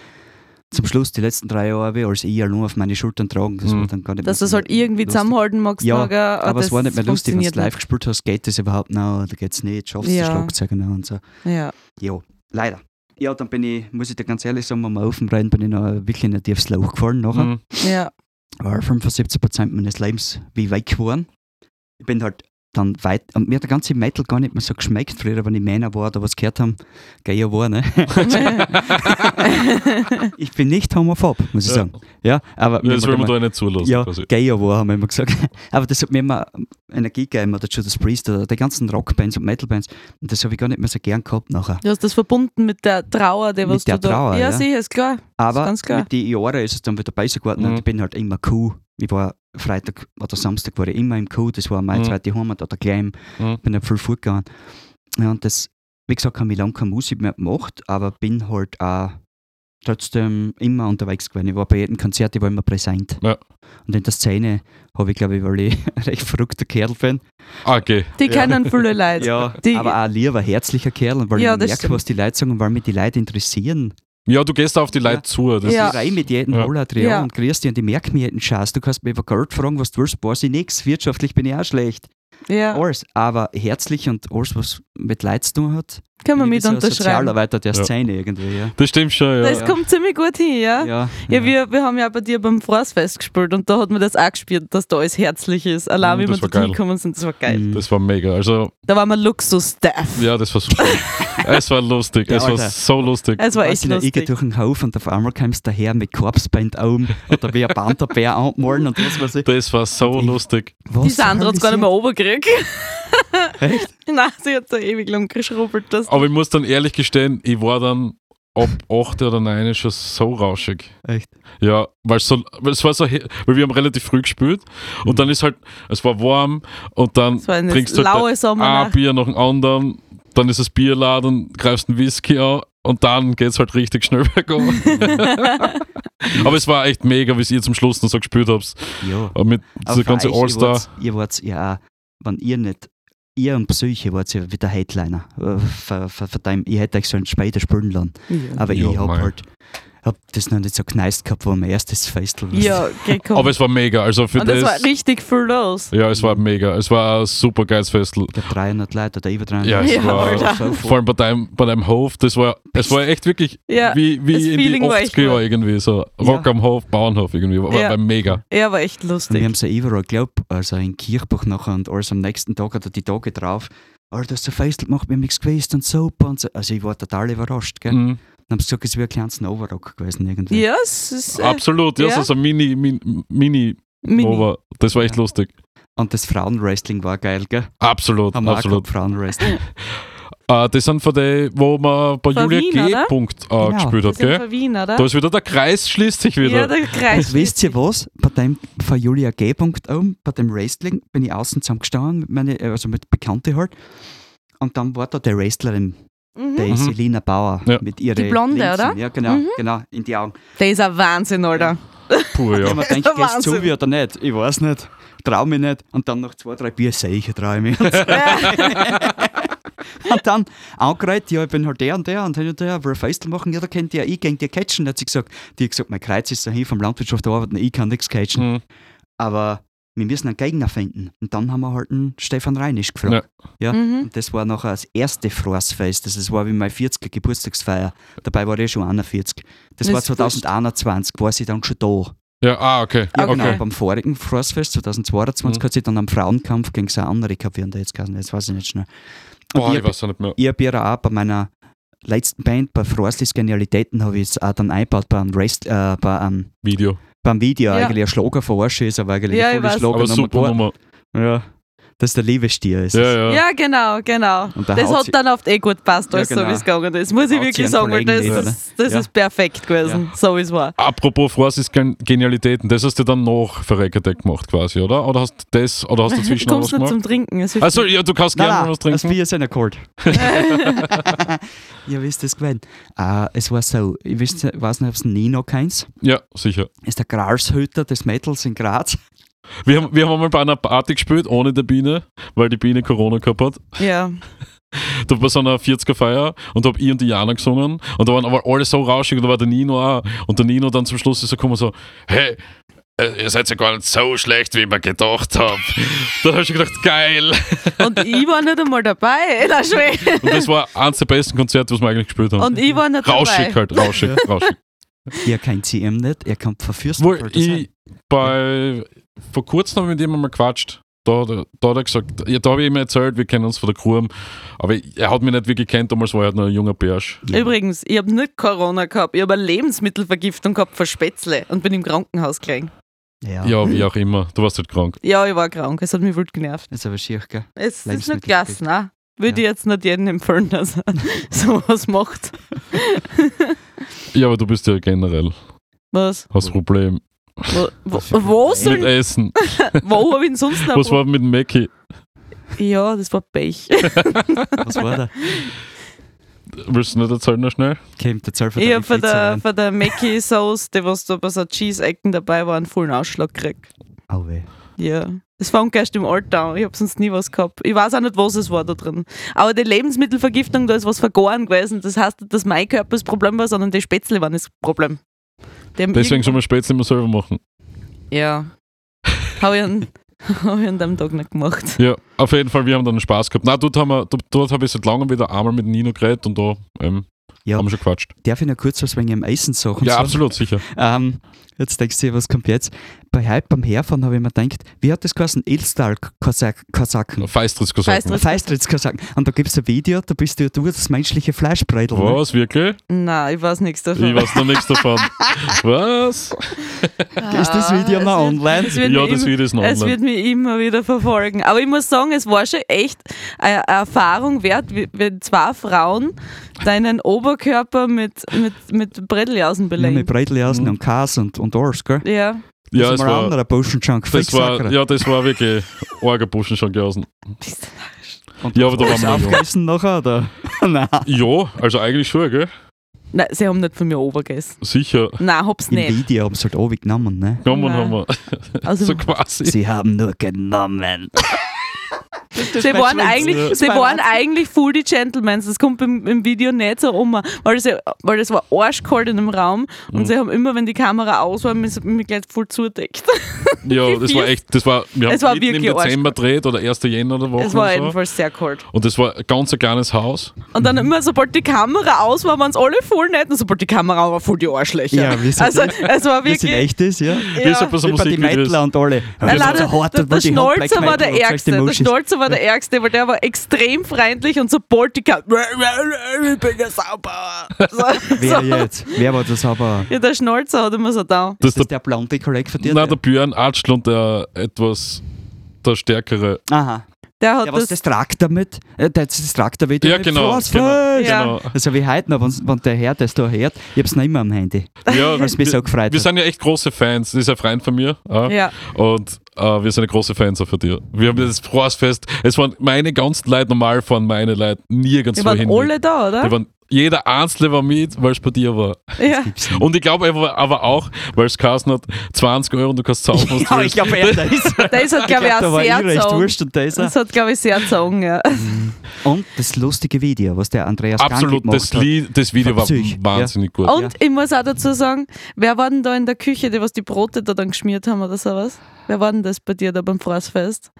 S4: zum Schluss die letzten drei Jahre habe ich als ich nur auf meine Schultern tragen. Das
S1: Mhm.
S4: war dann gar nicht
S3: Dass du
S4: mehr
S3: es halt
S4: so
S3: irgendwie
S4: lustig.
S3: zusammenhalten magst.
S4: Ja,
S3: noch, ah,
S4: Aber es war nicht mehr
S3: das
S4: lustig, wenn du
S3: funktioniert
S4: live gespielt hast, geht das überhaupt noch, da geht's nicht, schaffst du
S3: Ja.
S4: ja. Schlagzeuger noch und so.
S3: nicht. Ja.
S4: Ja, leider. Ja, dann bin ich, muss ich dir ganz ehrlich sagen, wenn wir aufrennen, bin ich noch wirklich in ein tiefes Loch gefallen nachher.
S1: Mhm.
S3: ja.
S4: war 75% meines Lebens wie weg geworden. Ich bin halt dann weit, und mir hat der ganze Metal gar nicht mehr so geschmeckt früher, wenn ich Männer war oder was gehört haben. Geier war, ne? Ich bin nicht homophob, muss ich
S1: Ja.
S4: sagen. Ja, aber
S1: Ja, das will
S4: mir hat
S1: man da
S4: immer-
S1: nicht zulassen.
S4: ja,
S1: quasi.
S4: Geier war, haben wir immer gesagt. Aber das hat mir immer Energie gegeben, oder Judas Priest oder die ganzen Rockbands und Metalbands. Und das habe ich gar nicht mehr so gern gehabt nachher.
S3: Du hast das verbunden mit der Trauer, die
S4: Mit
S3: was
S4: der
S3: du da.
S4: Trauer,
S3: ja,
S4: ja.
S3: sicher, ist klar.
S4: Aber
S3: ganz klar.
S4: mit den Jahren ist es dann wieder besser geworden
S1: Mhm.
S4: und ich bin halt immer cool. Ich war Freitag oder Samstag war ich immer im Kuh, das war meine
S1: Mhm.
S4: zweite Heimat oder Gleim.
S1: Mhm.
S4: Bin halt voll fortgegangen. Ja, und das, wie gesagt, habe ich lange keine Musik mehr gemacht, aber bin halt auch trotzdem immer unterwegs gewesen. Ich war bei jedem Konzert, ich war immer präsent.
S1: Ja.
S4: Und in der Szene habe ich, glaube ich, weil ich ein recht verrückter Kerl bin.
S1: Ah, okay.
S3: Die
S4: Ja.
S3: kennen viele Leute.
S4: Ja,
S3: Die-
S4: aber auch lieber ein herzlicher Kerl, und weil
S3: Ja,
S4: ich
S3: das
S4: merke,
S3: stimmt.
S4: was die Leute sagen und weil mich die Leute interessieren.
S1: Ja, du gehst auf die
S4: Ja.
S1: Leute zu. Das
S4: Das
S3: Ja.
S4: ist rein mit jedem
S1: Ja.
S4: ja. Holadrian
S3: Ja.
S4: und grüß dich und ich merke mir jeden Scheiß. Du kannst mir über Geld fragen, was du willst, weiß ich nichts. Wirtschaftlich bin ich auch schlecht.
S3: Ja.
S4: Alles. Aber herzlich und alles, was mit Leid zu tun hat,
S3: Können wir
S4: bin ich
S3: mit
S4: wie so ein
S3: unterschreiben.
S4: Sozialarbeiter der
S1: Ja.
S4: Szene irgendwie, ja.
S1: Das stimmt schon, ja.
S3: Das kommt ziemlich gut hin, ja? Ja,
S4: Ja,
S3: Wir, wir haben ja auch bei dir beim Frostfest gespielt und da hat man das auch gespielt, dass da alles herzlich ist. Allein
S1: Mhm,
S3: wie wir
S1: das war
S3: da
S1: geil.
S3: hingekommen sind, das war geil.
S4: Mhm.
S1: Das war mega. Also,
S3: Da waren wir Luxus-Staff.
S1: ja, das war super. es war lustig.
S4: Der
S1: Es war
S4: Alter.
S1: so lustig.
S3: Es war echt
S4: Weißt du, Ich gehe
S3: lustig.
S4: durch den Hof und auf einmal kommst du daher mit Korpsband um oder wie ein Pantherbär anmalen und das, was ich.
S1: Das war so
S4: Und ich-
S1: lustig.
S4: Was
S3: Die Sandra hat es gar nicht mehr obergekriegt.
S4: Echt?
S3: Nein, sie hat so ewig lang geschrubbelt. Das
S1: Aber ich muss dann ehrlich gestehen, ich war dann ab 8 oder 9 schon so rauschig.
S4: Echt?
S1: Ja, weil so, weil es war so, he- weil wir haben relativ früh gespielt und dann ist halt, es war warm und dann
S3: das war eine
S1: trinkst du
S3: laue
S1: halt ein
S3: Sommernacht.
S1: Bier nach dem anderen, dann ist es Bierladen, greifst einen Whisky an und dann geht es halt richtig schnell bergab. Aber es war echt mega, wie ihr zum Schluss noch so gespielt habt.
S4: Ja.
S1: Mit dieser ganze All-Star.
S4: Ihr wart ja, wenn ihr nicht, ihr und Psyche wart ja wieder Headliner. Äh, ver- ver- Verdammt, ich hätte euch so einen später spielen lassen. Aber
S1: Ja,
S4: ich hab
S1: mei.
S4: halt, hab das noch nicht so kneist gehabt, wo mein erstes Festival war.
S3: Ja, gekommen.
S1: Aber es war mega, also für
S3: und das
S1: das.
S3: war richtig viel los.
S1: ja, es war mega. Es war ein super geiles Festel.
S4: Ich glaub, 300 Leute oder über 300
S1: Ja, es
S3: Ja,
S1: war
S3: Alter.
S4: so voll.
S1: vor allem bei deinem, bei deinem Hof, das war, es war echt wirklich
S3: Ja,
S1: wie,
S3: das
S1: wie in die
S3: Feeling war echt
S1: 80er Jahre irgendwie, so Rock am Hof, Bauernhof irgendwie, war,
S3: Ja.
S1: war mega.
S3: er war echt
S4: Und wir
S3: lustig.
S4: haben es ja überall geglaubt, also in Kirchbach nachher und alles am nächsten Tag oder die Tage drauf. Oh, du hast so Festival gemacht, wir haben nichts gewusst und super und so. Also ich war total überrascht, gell.
S1: Mhm.
S4: Dann haben sie gesagt, es wäre ein kleines Nova-Rock gewesen irgendwie.
S3: Ja, es ist äh,
S1: Absolut, ja,
S3: ja.
S1: so, so Mini, Mini, Mini,
S3: mini.
S1: Nova, das war echt
S4: Ja.
S1: lustig.
S4: Und das Frauenwrestling war geil, gell.
S1: Absolut,
S4: Haben wir auch
S1: absolut.
S4: gehabt, Frauenwrestling.
S1: Ah, das sind von denen, wo man bei
S3: Von
S1: Julia
S3: Wien,
S1: G.
S3: oder?
S1: Punkt, äh,
S4: Genau.
S1: gespielt
S3: Wir
S1: hat,
S3: sind
S1: gell?
S3: von Wien, oder?
S1: Da ist wieder der Kreis, schließt sich wieder.
S3: Ja, der Kreis.
S4: Und wisst ihr was? Bei dem von Julia G. Punkt oben, bei dem Wrestling, bin ich außen zusammengestanden, mit meine, also mit Bekannte halt. Und dann war da der Wrestlerin,
S3: Mhm.
S4: der
S1: Mhm.
S4: Selina Bauer.
S1: Ja.
S4: Mit ihrer
S3: Die Blonde, oder?
S4: Ja, genau,
S3: Mhm.
S4: genau, in die Augen.
S3: Der ist ein Wahnsinn, Alter.
S1: Puh,
S4: Ja.
S1: ja.
S4: Man denkt,
S3: Das ist
S4: gehst du zu
S3: Wahnsinn.
S4: wie oder nicht? Ich weiß nicht, trau mich nicht. Und dann noch zwei, drei Bier sehe ich, trau ich mich. und dann angereiht, ja, ich bin halt der und der und hin und her, will ein Festival machen, ja, da könnt ihr, ich gegen dir catchen. Da hat sie gesagt, die hat gesagt, mein Kreuz ist dahin vom Landwirtschaft arbeiten, ich kann nichts catchen.
S1: Mhm.
S4: aber wir müssen einen Gegner finden. Und dann haben wir halt einen Stefan Reinisch gefragt. Ja.
S3: Mhm.
S4: Und das war nachher das erste Frostfest. Das ist- war wie meine 40er Geburtstagsfeier. Dabei war ich schon 41. Das,
S3: Das
S4: war
S3: ist
S4: 2021, war sie dann schon da.
S1: Ja, ah, okay.
S4: Ja,
S1: okay.
S4: genau. Beim vorigen Frostfest 2022
S1: Mhm.
S4: hat sie dann am Frauenkampf gegen so eine andere kapieren, jetzt kann jetzt weiß ich nicht schnell. Und
S1: Boah,
S4: ich
S1: ich weiß auch nicht mehr.
S4: ich habe ja auch bei meiner letzten Band, bei Frostlis Genialitäten, habe ich es auch dann eingebaut bei einem, Rest, äh, bei einem,
S1: Video.
S4: beim Video.
S3: Ja.
S4: Eigentlich ein Schlager von Arsch ist, aber eigentlich
S3: Ja,
S4: ein
S3: ich weiß.
S4: voller Schlager
S1: Aber
S4: Nummer
S1: super
S4: geworden.
S1: Nummer.
S4: Ja. Dass der Liebestier ist. es.
S1: Ja, ja.
S3: Ja, genau, genau.
S4: Und da
S3: Das
S4: haut
S3: hat
S4: sie-
S3: dann oft eh gut gepasst,
S4: Ja,
S3: alles so
S4: genau.
S3: wie es gegangen ist. Muss ich
S4: Haut sie
S3: wirklich
S4: einen
S3: sagen, weil das,
S4: Kollegen nicht,
S3: ist, das
S4: Ja.
S3: ist perfekt gewesen. So ist es war.
S1: Apropos Francis Gen- Genialitäten, das hast du dann noch Verreckerdeck gemacht quasi, oder? Oder hast du das, oder hast du
S3: Du
S1: dazwischen noch was
S3: kommst nicht
S1: gemacht?
S3: zum Trinken. es hilft
S1: Also ja, du kannst gerne noch was
S4: das
S1: trinken.
S4: Bier ist einer geholt. ja, wisst ihr es gewesen? Ah, es war so, ich wisst, weiß nicht, ob es Nino keins
S1: Ja, sicher.
S4: ist der Gralshüter des Metals in Graz.
S1: Wir haben, wir haben einmal bei einer Party gespielt, ohne der Biene, weil die Biene Corona gehabt hat.
S3: Ja.
S1: Da war so eine 40er-Feier und da hab ich und die Jana gesungen und da waren aber alle so rauschig und da war der Nino auch und der Nino dann zum Schluss ist so gekommen so, hey, äh, ihr seid ja gar nicht so schlecht, wie ich mir gedacht habe. da habe ich gedacht, geil.
S3: Und ich war nicht einmal dabei. Alter Schwede.
S1: Und das war eines der besten Konzerte, was wir eigentlich gespielt haben.
S3: Und ich war nicht
S1: rauschig
S3: dabei.
S1: halt, rauschig, rauschig.
S4: Ja, kein CM nicht, er kann verführst.
S1: Wohl, ich bei, vor kurzem habe ich mit jemandem mal gequatscht. Da, da, da hat er gesagt, ja, da habe ich ihm erzählt, wir kennen uns von der Kurm. Aber ich- er hat mich nicht wirklich gekannt, damals war er halt noch ein junger Bärsch.
S3: Übrigens, ich habe nicht Corona gehabt, ich habe eine Lebensmittelvergiftung gehabt von Spätzle und bin im Krankenhaus gelegen.
S4: Ja.
S1: Ja. wie auch immer. Du warst halt krank.
S3: Ja, ich war krank, es hat mich wild genervt.
S4: Ist aber schier, gell?
S3: Es ist nicht
S4: Lebensmittelvergiftung.
S3: klasse, ne? Würde ich jetzt nicht jedem empfehlen, dass er sowas macht.
S1: Ja, aber du bist ja generell.
S3: Was?
S1: Hast Problem.
S3: Wo, wo,
S4: Was für ein
S3: wo,
S1: Mit
S3: soll,
S1: Essen.
S3: wo habe ich denn sonst noch?
S1: Was war mit dem Mackie?
S3: Ja, das war Pech.
S4: Was war da?
S1: Willst du nicht erzählen noch schnell?
S4: Kämt der Zoll von
S3: Ich
S4: der
S3: habe von
S4: Infektion
S3: der,
S4: ein.
S3: von der Mackie Sauce, die was da bei so Cheese-Ecken dabei war, einen vollen Ausschlag gekriegt.
S4: Au weh.
S3: Ja. Das war erst im Alltag. Ich habe sonst nie was gehabt. Ich weiß auch nicht, was es war da drin. Aber die Lebensmittelvergiftung, da ist was vergoren gewesen. Das heißt nicht, dass mein Körper das Problem war, sondern die Spätzle waren das Problem. Die haben
S1: Deswegen
S3: irgend-
S1: soll man Spätzle immer selber machen.
S3: Ja. Habe ich, an- hab ich an dem Tag nicht gemacht.
S1: Ja, auf jeden Fall, wir haben dann Spaß gehabt. Nein, dort haben wir, dort, dort habe ich seit langem wieder einmal mit Nino geredet und da ähm,
S4: Ja.
S1: haben wir schon gequatscht.
S4: Darf ich noch kurz was wegen ihrem Eisen sagen?
S1: Ja,
S4: So.
S1: absolut, sicher.
S4: Ähm, jetzt denkst du dir, was kommt jetzt? Bei Hype beim Herfahren habe ich mir gedacht, wie hat das geheißen? Elstal-Kasaken.
S1: Feistres gesagt.
S3: Feistres-
S4: Feistritz-Kasaken. Und da gibt es ein Video, da bist du, du das menschliche Fleischbreitel. ne?
S1: Was, wirklich?
S3: Nein, ich weiß nichts davon.
S1: Ich weiß noch nichts davon. Was?
S4: Ist das Video
S3: Ah, es
S4: noch
S3: wird-
S4: online?
S3: es wird
S1: ja,
S3: mir
S1: das
S3: immer-
S1: Video ist noch
S3: Es
S1: online.
S3: wird mich immer wieder verfolgen. Aber ich muss sagen, es war schon echt eine Erfahrung wert, wie- wenn zwei Frauen deinen Oberkörper mit, mit, mit Bredeljausen
S4: Ja, mit
S3: belegen.
S4: Breiteljausen
S1: Mhm.
S4: und Kas und, und Ors, gell?
S3: Ja,
S1: Ja,
S4: das
S1: es
S4: ist mal ein
S1: war,
S4: anderer Burschenschank.
S1: das war, ja, das war wirklich arger Buschen schon gewesen. Ja, aber da waren wir jung.
S4: Aufgegessen nachher, oder? Nein.
S1: Ja, also eigentlich schon, gell?
S3: nein, sie haben nicht von mir obergessen.
S1: Sicher.
S3: Nein, hab's
S4: Im
S3: nicht.
S4: Video haben sie halt auch genommen, ne?
S1: Genommen
S3: Nein.
S1: haben wir.
S3: Also,
S1: So quasi.
S4: Sie haben nur genommen.
S3: sie waren, eigentlich, sie waren eigentlich full die Gentlemen. Das kommt im, im Video nicht so um, weil, sie, weil es war arschkalt in einem Raum
S4: Mhm.
S3: und sie haben immer, wenn die Kamera aus war, mich, mich gleich voll zudeckt.
S1: Ja, das war echt, das war, wir haben
S3: Es war
S1: mitten im
S3: wirklich
S1: Dezember gedreht oder 1. Jänner oder Woche
S3: Es war
S1: oder so.
S3: jedenfalls sehr kalt.
S1: Und das war ein ganz ein kleines Haus.
S3: Und
S4: Mhm.
S3: dann immer, sobald die Kamera aus war, waren es alle voll nett und sobald die Kamera aus war, voll die Arschlöcher.
S4: Ja, wir sind-
S3: also, es war
S4: Wir sind
S3: wirklich.
S4: echt das, ja?
S1: Wie ist
S3: ja.
S1: ja bloß
S4: Wie
S1: eine
S4: bei die
S1: Musik
S4: Mettler und alle.
S3: Nein,
S4: Das
S3: leider,
S4: ist so hart,
S3: der,
S4: wo
S3: der
S4: die Hard Black
S3: Schnolzer war
S4: Metal
S3: der
S4: und sagt, die
S3: Ärgste. Der
S4: Muschis.
S3: Schnolzer war der Ärgste, weil der war extrem freundlich und sobald die Kamera. Ich bin der Saubauer. So,
S4: Wer
S3: so.
S4: jetzt? Wer war das aber?
S3: Ja, der Schnolzer hat immer so da.
S1: Das
S4: Ist das
S1: ist der,
S4: der blonde Kollege von dir?
S1: nein, der
S4: der?
S1: Björn Atschl und der etwas der stärkere.
S4: Aha.
S3: Der hat
S4: Ja, was
S3: das.
S4: das tragt damit? Äh, Das das tragt er wieder
S1: Ja,
S4: mit
S1: genau.
S4: Frost.
S1: Genau.
S3: Ja.
S1: genau.
S4: Also wie heute noch, wenn, wenn der Herr das da hört, ich hab's noch immer am Handy.
S1: Ja,
S4: Was mich so gefreut
S1: wir
S4: hat.
S1: sind ja echt große Fans. Das ist ein Freund von mir. auch.
S3: Ja.
S1: Und äh, wir sind ja große Fans auch von dir. Wir haben das Frostfest. Es waren meine ganzen Leute, normal fahren meine Leute nirgends
S3: Die
S1: so
S3: waren
S1: hin.
S3: alle da,
S1: Die
S3: oder?
S1: waren, jeder Einzelne war mit, weil es bei dir war.
S3: Ja.
S4: Mhm.
S1: Und ich glaube aber aber auch, weil es Carsten hat, 20 Euro und du kannst saufen, Oh, was
S4: Ja,
S1: du willst.
S4: ich glaube, er da ist.
S3: Der ist halt, glaube ich,
S4: Da
S3: auch
S4: war ich
S3: sehr
S4: recht
S3: gezogen.
S4: wurscht und da ist er.
S3: Das hat, glaube ich, sehr gezogen, ja.
S4: Und das lustige Video, was der Andreas Gangl
S1: Absolut,
S4: gemacht
S1: das,
S4: hat.
S1: Lied, das Video war
S4: Psych, ja.
S1: wahnsinnig gut.
S3: Und ich muss auch dazu sagen, wer war denn da in der Küche, die was die Brote da dann geschmiert haben oder sowas? Wer war denn das bei dir da beim Fraßfest?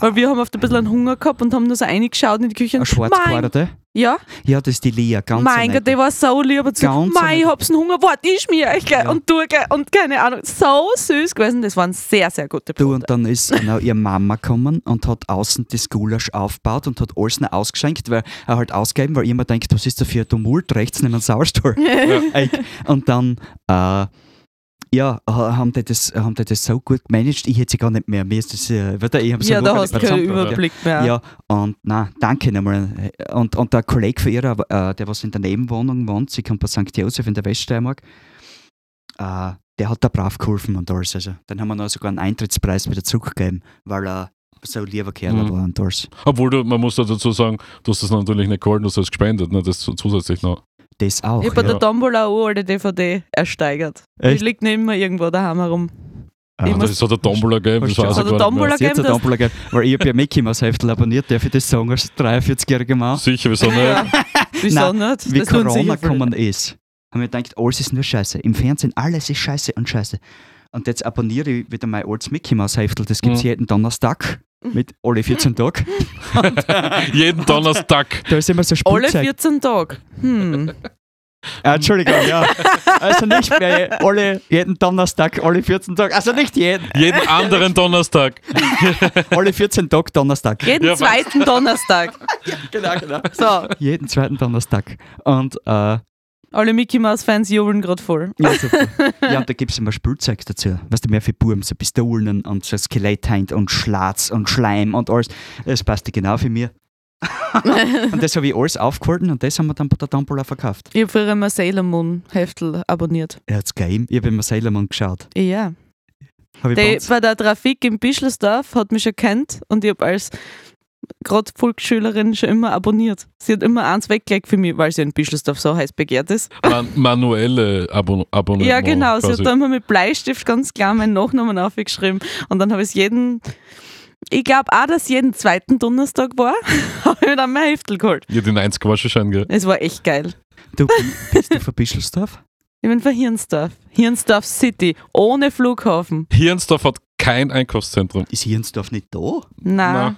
S3: Weil wir haben oft ein bisschen einen Hunger gehabt und haben nur so reingeschaut in die Küche.
S4: Ah. Ein
S3: und mein,
S4: Schwarzquaderte.
S3: ja,
S4: Ja, das ist die Lia, ganz
S3: mein Gott, die war so lieb und so,
S4: Ganz
S3: mein, ich
S4: nett.
S3: hab's einen Hunger, warte, ich schmier euch gleich
S4: Ja.
S3: und du gleich und keine Ahnung. So süß gewesen, das waren sehr, sehr gute
S4: Du,
S3: Brote.
S4: und dann ist noch ihre Mama gekommen und hat außen das Gulasch aufgebaut und hat alles noch ausgeschenkt, weil er halt ausgegeben, weil ich immer denkt, was ist da für ein Tumult, rechts nehmen Sauerstuhl. Ey, und dann, äh, ja, ha- haben die, das, haben die das so gut gemanagt, ich hätte sie gar nicht mehr. Mir ist das, äh, warte, ich habe
S3: ja, da hast du keinen Überblick mehr.
S4: Ja, und na, danke nochmal. Und, und der Kollege von ihrer, äh, der was in der Nebenwohnung wohnt, sie kommt bei St. Josef in der Weststeiermark, äh, der hat da brav geholfen und alles. Also, dann haben wir noch sogar einen Eintrittspreis wieder zurückgegeben, weil er so ein lieber Kerl
S1: Mhm.
S4: war und alles.
S1: Obwohl, du, man muss da dazu sagen, du hast das natürlich nicht geholt, du hast das gespendet, ne? das zu- zusätzlich noch.
S4: Das auch.
S3: Ich habe bei
S4: Ja.
S1: ja.
S3: der Tombola auch eine DVD ersteigert.
S4: Echt?
S3: Die liegt nicht immer irgendwo daheim herum. Ich
S1: Ah,
S3: muss-
S1: das hat der Tombola gegeben, das
S4: Hast du-
S1: weiß ich
S3: hat der
S1: gar nicht
S3: Tombola
S1: mehr.
S4: Sie hat
S3: gegeben,
S4: eine
S3: dass,
S4: Doppelagent, weil ich habe ja Mickey Mouse Heftel abonniert, darf ich das sagen als 43-jähriger Mann?
S1: Sicher, wieso nicht?
S3: wieso
S4: Nein,
S3: nicht?
S4: Wie
S3: Das tun sicher
S4: Corona
S3: viele.
S4: gekommen ist, haben wir gedacht, alles ist nur Scheiße. Im Fernsehen, alles ist Scheiße und Scheiße. Und jetzt abonniere ich wieder mein altes Mickey Mouse Heftel, das gibt es
S1: Mhm.
S4: jeden Donnerstag. Mit alle 14 Tage. äh,
S1: Jeden Donnerstag.
S4: Da ist immer so
S3: Alle
S4: Spielzeug.
S3: 14 Tage. Hm.
S4: Ah, Entschuldigung, ja. Also nicht mehr je- alle, jeden Donnerstag, alle 14 Tage. Also nicht jeden,
S1: Jeden anderen Donnerstag.
S4: alle 14 Tage Donnerstag.
S3: Jeden
S1: Ja, was?
S3: zweiten Donnerstag.
S4: Genau, genau.
S3: So,
S4: Jeden zweiten Donnerstag. Und, äh, ja,
S3: alle Mickey Mouse-Fans jubeln gerade voll.
S4: super. ja, und da gibt es immer Spielzeug dazu. Weißt du, mehr für Buben, so Pistolen und so Skeletthand und Schlatz und Schleim und alles. Das passte genau für mich. und das habe ich alles aufgehalten und das haben wir dann bei der Tombola verkauft.
S3: Ich habe früher immer Sailor Moon Heftel abonniert.
S4: Er hat's geheim. Ich habe immer Sailor Moon geschaut.
S3: Ja.
S4: Hab ich
S3: Der,
S4: ganz-
S3: bei der Trafik im Bischelsdorf hat mich erkannt und ich habe als gerade Volksschülerin schon immer abonniert. Sie hat immer eins weggelegt für mich, weil sie in Bischelsdorf so heiß begehrt ist.
S1: Man manuelle Abon Abonnement.
S3: ja, genau. Sie
S1: quasi.
S3: hat da immer mit Bleistift ganz klar meinen Nachnamen aufgeschrieben und dann habe ich es jeden. Ich glaube auch, dass jeden zweiten Donnerstag war, habe ich mir dann mein Heftel geholt.
S1: Ja, die 90 war schon schön, gell?
S3: Es war echt geil.
S4: Du bist du von Bischelsdorf?
S3: Ich bin von Hirnsdorf. Hirnsdorf City. Ohne Flughafen.
S1: Hirnsdorf hat kein Einkaufszentrum.
S4: Ist Hirnsdorf nicht da? Wo
S3: Nein.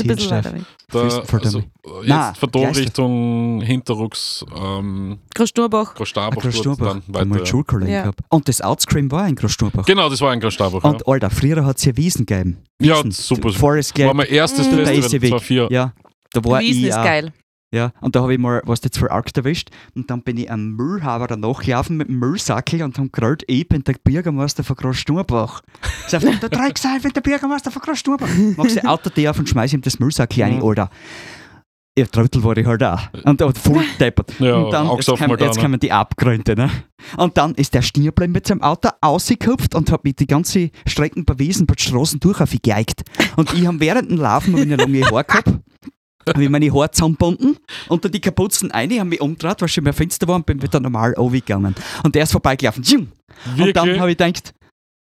S3: ist ein bisschen
S4: Hirnsdorf?
S3: weiter weg.
S1: Da,
S4: Fürstenfelder
S1: also,
S4: nicht.
S1: äh,
S4: Nein,
S1: jetzt von da
S4: Gleisdorf.
S1: Richtung Hinterrucks, ähm,
S3: Großnurbach.
S1: Großstabach,
S4: Ein
S1: dort
S4: Großsturmbach.
S1: dann
S4: Da Ah, haben
S1: weiter.
S4: wir einen
S1: ja.
S4: Schulkollegen
S3: Ja.
S4: gehabt. Und das Outscream war ein Großsturmbach.
S1: Genau, das war ein Großstabach.
S4: Und Alter, früher hat es ja Wiesen gegeben.
S1: Ja,
S4: Wiesen.
S1: super.
S4: Forest
S1: ja. War
S4: Gap.
S1: mein erstes
S3: Mhm.
S4: Da ist sie
S1: Festival,
S4: weg.
S1: 2004.
S4: Ja, da war
S3: Wiesen
S4: ich
S3: ist
S4: auch.
S3: geil.
S4: Ja, und da habe ich mal was jetzt voll arg erwischt und dann bin ich am Müllhaber nachgelaufen mit dem Müllsackel und haben gerollt, ich bin der Bürgermeister von Großsturbach. Sagt er, der Drecksal, ich bin der Bürgermeister von Großsturbach. Machst du Auto die auf und schmeiß ihm das Müllsackel rein,
S1: Mhm.
S4: Alter. Ihr Trottel war ich halt auch. Und, und voll deppert.
S1: Ja,
S4: und dann,
S1: Augs
S4: jetzt,
S1: auf
S4: kam,
S1: mal da,
S4: jetzt
S1: ne?
S4: kamen die Abgründe. Ne? Und dann ist der Stierblein mit seinem Auto ausgekupft und hat mich die ganze Strecken bei Wiesen, bei den Straßen durch aufgegeigt. Und ich habe während dem Laufen, wenn ich noch lange Haare gehabt habe ich meine Haare zusammengebunden, unter die Kapuzen ein, habe mich umgedreht, weil schon mehr Fenster war und bin wieder normal runtergegangen. Und der ist vorbeigelaufen. Tsching! Und dann
S1: Wirklich?
S4: habe ich gedacht,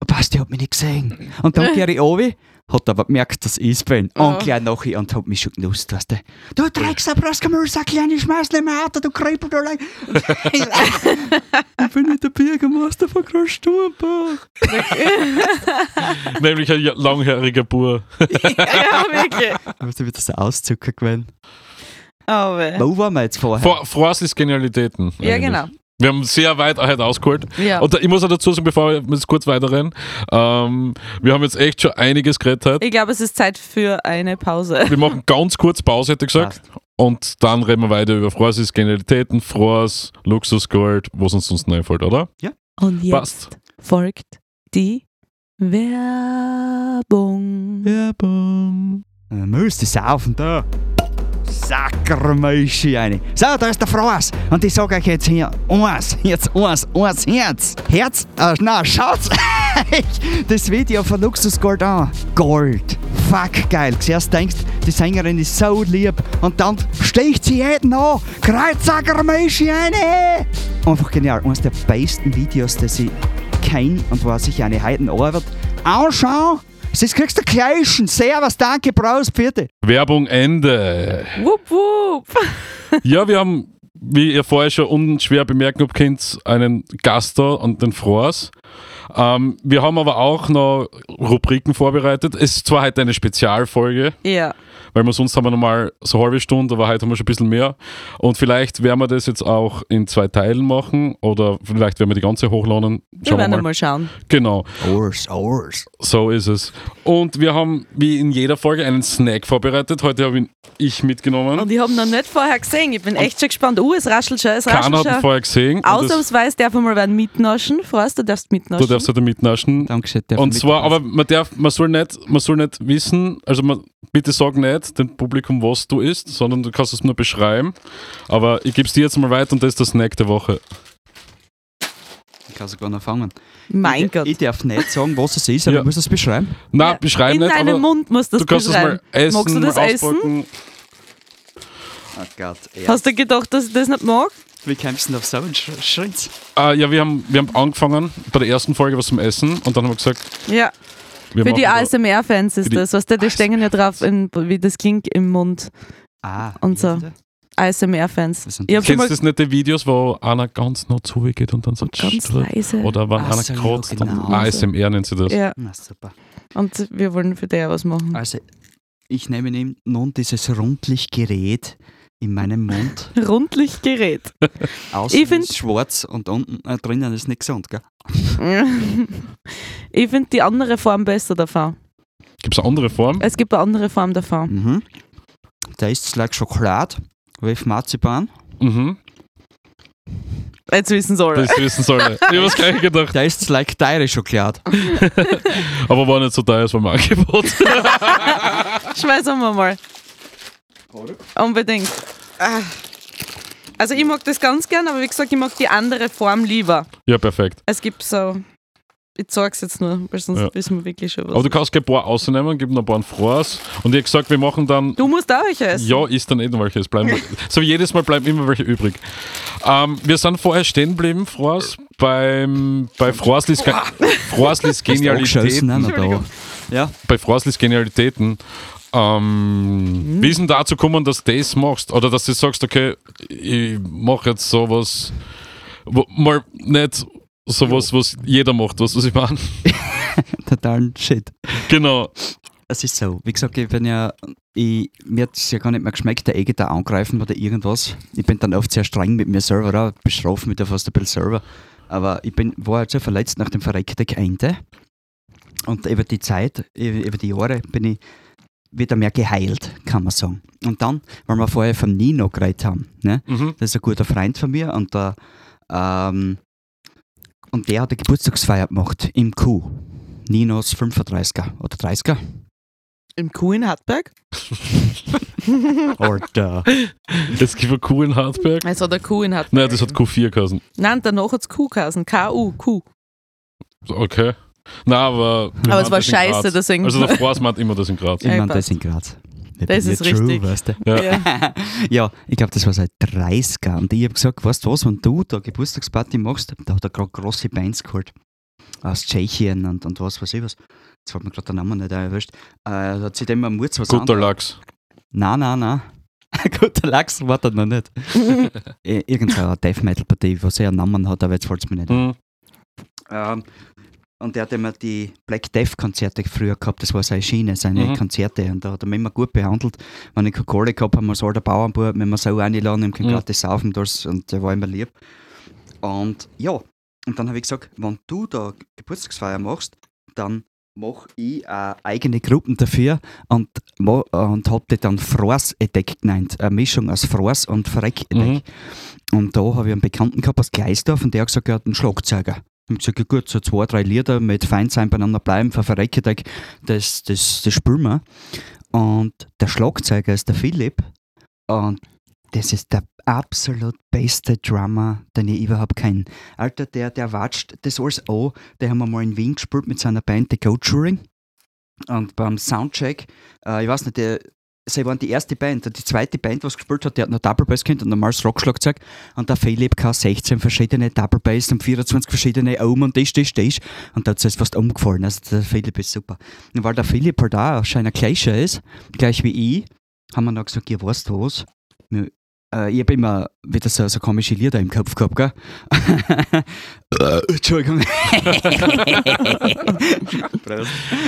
S4: passt, der hat mich nicht gesehen. Und dann gehe ich runter, hat aber gemerkt, dass ich bin. Und
S3: Oh.
S4: gleich nachher und hat mich schon genutzt, weißt du. Du Drecksack, brauchst keinen Müllsack, kleine Schmeißle im Auto, du Krippel, du Leid. Ich bin nicht der Bürgermeister von Großsturmbach.
S1: Nämlich ein ja- langhaariger Bur.
S3: Ja, wirklich.
S4: Weißt du, wie das ein Auszucker gewesen?
S3: Oh, weh.
S4: Wo waren wir jetzt vorher?
S1: Äh. Vor, Francis Genialitäten.
S3: Ja,
S1: eigentlich.
S3: genau.
S1: Wir haben sehr weit heute ausgeholt.
S3: Ja.
S1: Und da, ich muss auch dazu sagen, bevor wir jetzt kurz weiterrennen, ähm, wir haben jetzt echt schon einiges geredet heute.
S3: Ich glaube, es ist Zeit für eine Pause.
S1: Wir machen ganz kurz Pause, hätte ich gesagt. Und dann reden wir weiter über Francis Genialitäten, Froas, Luxusgold, was uns sonst noch einfällt, oder?
S3: Und jetzt
S1: Passt.
S3: folgt die Werbung.
S1: Werbung.
S4: Dann müsst ihr Äh, saufen da. Sackermäusche eine. So, da ist der Fraß. Und ich sage euch jetzt hier, eins, jetzt eins, eins, Herz. Herz? Ah, na, schaut's euch das Video von Luxusgold an. Ah, Gold. Fuck, geil. Zuerst denkst, die Sängerin ist so lieb. Und dann sticht sie jeden an. Kreuzsackermäusche eine. Einfach genial. Eines der besten Videos, das ich kein und was ich eine Heiden arbeit. Anschau. Das kriegst du gleich. Servus, danke, Braus, bitte.
S1: Werbung Ende.
S3: Wupp, wupp.
S1: Ja, wir haben, wie ihr vorher schon unschwer bemerken habt, könnt, einen Gast da und den Froas. Ähm, wir haben aber auch noch Rubriken vorbereitet. Es ist zwar heute eine Spezialfolge,
S3: Ja.
S1: weil wir sonst haben wir nochmal so eine halbe Stunde, aber heute haben wir schon ein bisschen mehr. Und vielleicht werden wir das jetzt auch in zwei Teilen machen oder vielleicht werden wir die ganze hochladen.
S3: Wir
S1: Schauen wir
S3: werden
S1: mal.
S3: mal schauen.
S1: Genau,
S4: Ours, ours.
S1: so ist es. Und wir haben wie in jeder Folge einen Snack vorbereitet. Heute habe ihn ich mitgenommen.
S3: Und ich habe noch nicht vorher gesehen. Ich bin echt schon gespannt. Uh, es raschelt schon, es
S1: Keiner
S3: raschelt
S1: hat ihn
S3: schon.
S1: vorher gesehen. und das-
S3: Ausnahmsweise darf man mal werden mitnaschen. Freust du darfst
S1: Du
S3: mitnaschen.
S1: darfst heute mitnaschen.
S4: Dankeschön.
S1: Und zwar, aber man darf, man soll nicht, man soll nicht wissen, also man, bitte sag nicht dem Publikum, was du isst, sondern du kannst es nur beschreiben. Aber ich gebe es dir jetzt mal weiter und das ist der Snack der Woche.
S4: Ich kann sogar noch fangen.
S3: mein
S4: ich,
S3: Gott.
S4: Ich darf nicht sagen, was es ist, aber
S1: Ja.
S4: ich muss es beschreiben.
S1: Na,
S3: Ja,
S1: beschreib
S3: In
S1: nicht, aber
S3: deinem Mund musst du
S1: du
S3: das
S1: kannst es
S3: beschreiben.
S1: mal essen,
S3: Magst du das
S1: mal
S3: essen?
S1: auspacken.
S4: Oh Gott, ja.
S3: Hast du gedacht, dass ich das nicht mag?
S4: Wie kommst du denn auf so einen Sch- Schritt?
S1: Äh, ja, wir haben, wir haben angefangen bei der ersten Folge was zum Essen und dann haben wir gesagt,
S3: Ja,
S1: wir
S3: für die
S1: machen
S3: ASMR-Fans
S1: Für
S3: ist
S1: die
S3: das. Was die stehen ja drauf, in, wie das klingt im Mund.
S4: Ah,
S2: Und
S4: wie
S3: so.
S4: heißt der? Was
S3: ASMR-Fans.
S4: sind
S3: Ich
S1: da-
S3: habe schon mal
S1: Kennst du das nicht, die Videos, wo einer ganz nah zugeht und dann so
S3: ganz leise.
S1: Oder wenn
S4: Ach
S1: einer
S4: so, ja,
S1: kratzt, dann
S4: genau.
S1: ASMR nennt sie das. Ah.
S3: ja,
S4: Na super.
S3: und wir wollen für der was machen.
S4: Also, ich nehme nehm- nun dieses rundlich Gerät in meinem Mund.
S3: Rundlich Gerät.
S4: Außen
S3: Ich find-
S4: ist schwarz und unten äh, drinnen ist nicht gesund, gell?
S3: ich finde die andere Form besser davon.
S1: Gibt es eine andere Form?
S3: Es gibt eine andere Form davon.
S4: Mhm. Da ist es like Schokolade, Wave Marzipan.
S1: Mhm.
S3: Jetzt wissen sie alle.
S1: Das wissen soll. Ich habe es gleich gedacht.
S4: Da ist es like teure Schokolade.
S1: Aber war nicht so teuer, es war im Angebot.
S3: Schmeißen wir mal. Unbedingt. Ah. Also ich mag das ganz gern, aber wie gesagt, ich mag die andere Form lieber.
S1: ja, perfekt.
S3: Es gibt so. Ich zeig's jetzt nur, weil sonst
S1: Ja.
S3: wissen wir wirklich schon was.
S1: Aber du kannst gleich ein paar rausnehmen, gib noch ein paar Frohes. Und ich habe gesagt, wir machen dann.
S3: du musst auch welche essen.
S1: Ja, ist dann eh noch welche. Es bleiben, so wie jedes Mal bleiben immer welche übrig. Ähm, wir sind vorher stehen geblieben, Frohes, beim, bei Frohslis, Ge Frohslis
S4: Angeschossen,
S1: Genialitäten.
S4: nein, nein, da. ne, Ja,
S1: bei Froslis Genialitäten. Ähm,
S3: Mhm.
S1: Wie ist denn dazu gekommen, dass du das machst? Oder dass du sagst, okay, ich mache jetzt sowas, wo, mal nicht sowas, was jeder macht, weißt du, was ich meine?
S4: totalen Shit.
S1: genau.
S4: Es ist so, wie gesagt, ich bin ja, ich, mir hat es ja gar nicht mehr geschmeckt, der Ege da angreifen oder irgendwas. Ich bin dann oft sehr streng mit mir selber, auch bestraft mich da fast ein bisschen selber. Aber ich bin, war halt sehr verletzt nach dem verreckten Geente. Und über die Zeit, über über die Jahre, bin ich wieder mehr geheilt, kann man sagen. Und dann, weil wir vorher vom Nino geredet haben, ne?
S1: Mhm.
S4: Das ist ein guter Freund von mir und der, ähm, und der hat eine Geburtstagsfeier gemacht im Q. Ninos 35er oder 30er.
S3: Im Kuh in Hartberg?
S4: Oder
S1: Jetzt gibt es Q in Hartberg.
S3: Es hat eine Kuh in Hartberg.
S1: Nein, das hat Q4 geheißen.
S3: Nein, danach hat's Kuh geheißen. K-U, Kuh.
S1: Okay. Nein, aber. wir
S3: Aber
S1: waren
S3: es war
S1: das in
S3: scheiße,
S1: Graz.
S3: deswegen.
S1: Also der Frohes meint immer das in Graz.
S4: ich meine,
S3: passt.
S4: das in Graz. Ich
S3: Das
S4: bin
S3: ist
S4: ja true,
S3: richtig.
S4: Weißt du?
S1: Ja.
S3: Ja.
S4: Ja, ich glaube, das war seit 30er. Und ich habe gesagt, weißt du was, wenn du da Geburtstagsparty machst, da hat er gerade große Bands geholt. Aus Tschechien und, und was weiß ich was. Jetzt hat mir gerade der Name nicht erwischt. Äh, da hat sich dem am Mutz was
S1: Guter Lachs.
S4: Nein, nein, nein. Guter Lachs wartet noch nicht. Ir- Irgendeine Death Metal Partie, was er einen Namen hat, aber jetzt fällt es mir nicht. ein.
S1: Mhm.
S4: Ähm, und der hat immer die Black Death Konzerte früher gehabt, das war seine Schiene, seine
S1: Mhm.
S4: Konzerte. Und da hat er mich immer gut behandelt. Wenn ich keine Kohle gehabt habe, haben wir so alter Bauernbub, wenn wir so eingeladen, haben können
S1: Mhm.
S4: gratis saufen, das, und der war immer lieb. Und ja, und dann habe ich gesagt, wenn du da Geburtstagsfeier machst, dann mache ich äh, eigene Gruppen dafür und, ma- und habe die dann Fross-Edeck genannt. Eine Mischung aus Fross und Freck-Edeck. Und da habe ich einen Bekannten gehabt aus Gleisdorf und der hat gesagt, er hat einen Schlagzeuger. Ich habe gesagt, ja gut, so zwei, drei Lieder mit Feinsein beieinander bleiben, für Verreckedeck, das, das, das spüren wir. Und der Schlagzeuger ist der Philipp und das ist der absolut beste Drummer, den ich überhaupt kenne. Alter, der, der watscht das alles an. Der haben wir mal in Wien gespielt mit seiner Band The Go Touring. Und beim Soundcheck, äh, ich weiß nicht, der, sie waren die erste Band. Und die zweite Band, was gespielt hat, die hat noch Double Bass kennt und normales Rockschlagzeug. Und der Philipp kann 16 verschiedene Double Bass und 24 verschiedene Ohm und das, das, das. Und da hat es fast umgefallen. Also der Philipp ist super. Und weil der Philipp halt auch scheinbar gleicher ist, gleich wie ich, haben wir noch gesagt, ihr weißt was, wir- äh, ich habe immer wieder so, so komische Lieder im Kopf gehabt, gell? Äh, Entschuldigung.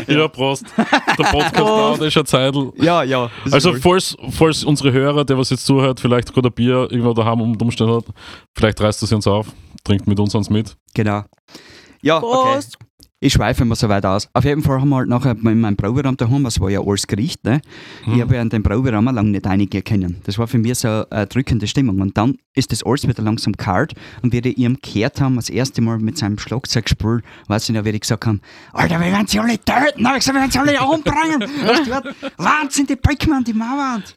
S1: Ja, Prost. Der Podcast dauert eh schon Zeitl.
S4: ja, ja. das ist
S1: Also
S4: wohl-
S1: falls, falls unsere Hörer, der was jetzt zuhört, vielleicht gerade ein Bier irgendwo daheim um den Umständen hat, vielleicht reißt er sie uns auf, trinkt mit uns eins mit.
S4: genau. Ja, okay.
S3: Prost.
S4: Ich schweife immer so weit aus. Auf jeden Fall haben wir halt nachher in meinem Proberaum daheim, das war ja alles Gericht, ne? Ich habe ja in den Proberaum auch lange nicht einige kennen. Das war für mich so eine drückende Stimmung. Und dann ist das alles wieder langsam kalt und wie die ihn gehört haben, das erste Mal mit seinem Schlagzeugspiel, weiß ich noch, wie die gesagt haben, Alter, wir werden sie alle töten, Alter, wir werden sie alle umbringen. Weißt du was? Wahnsinn, die Brickmann, die Mauerwand.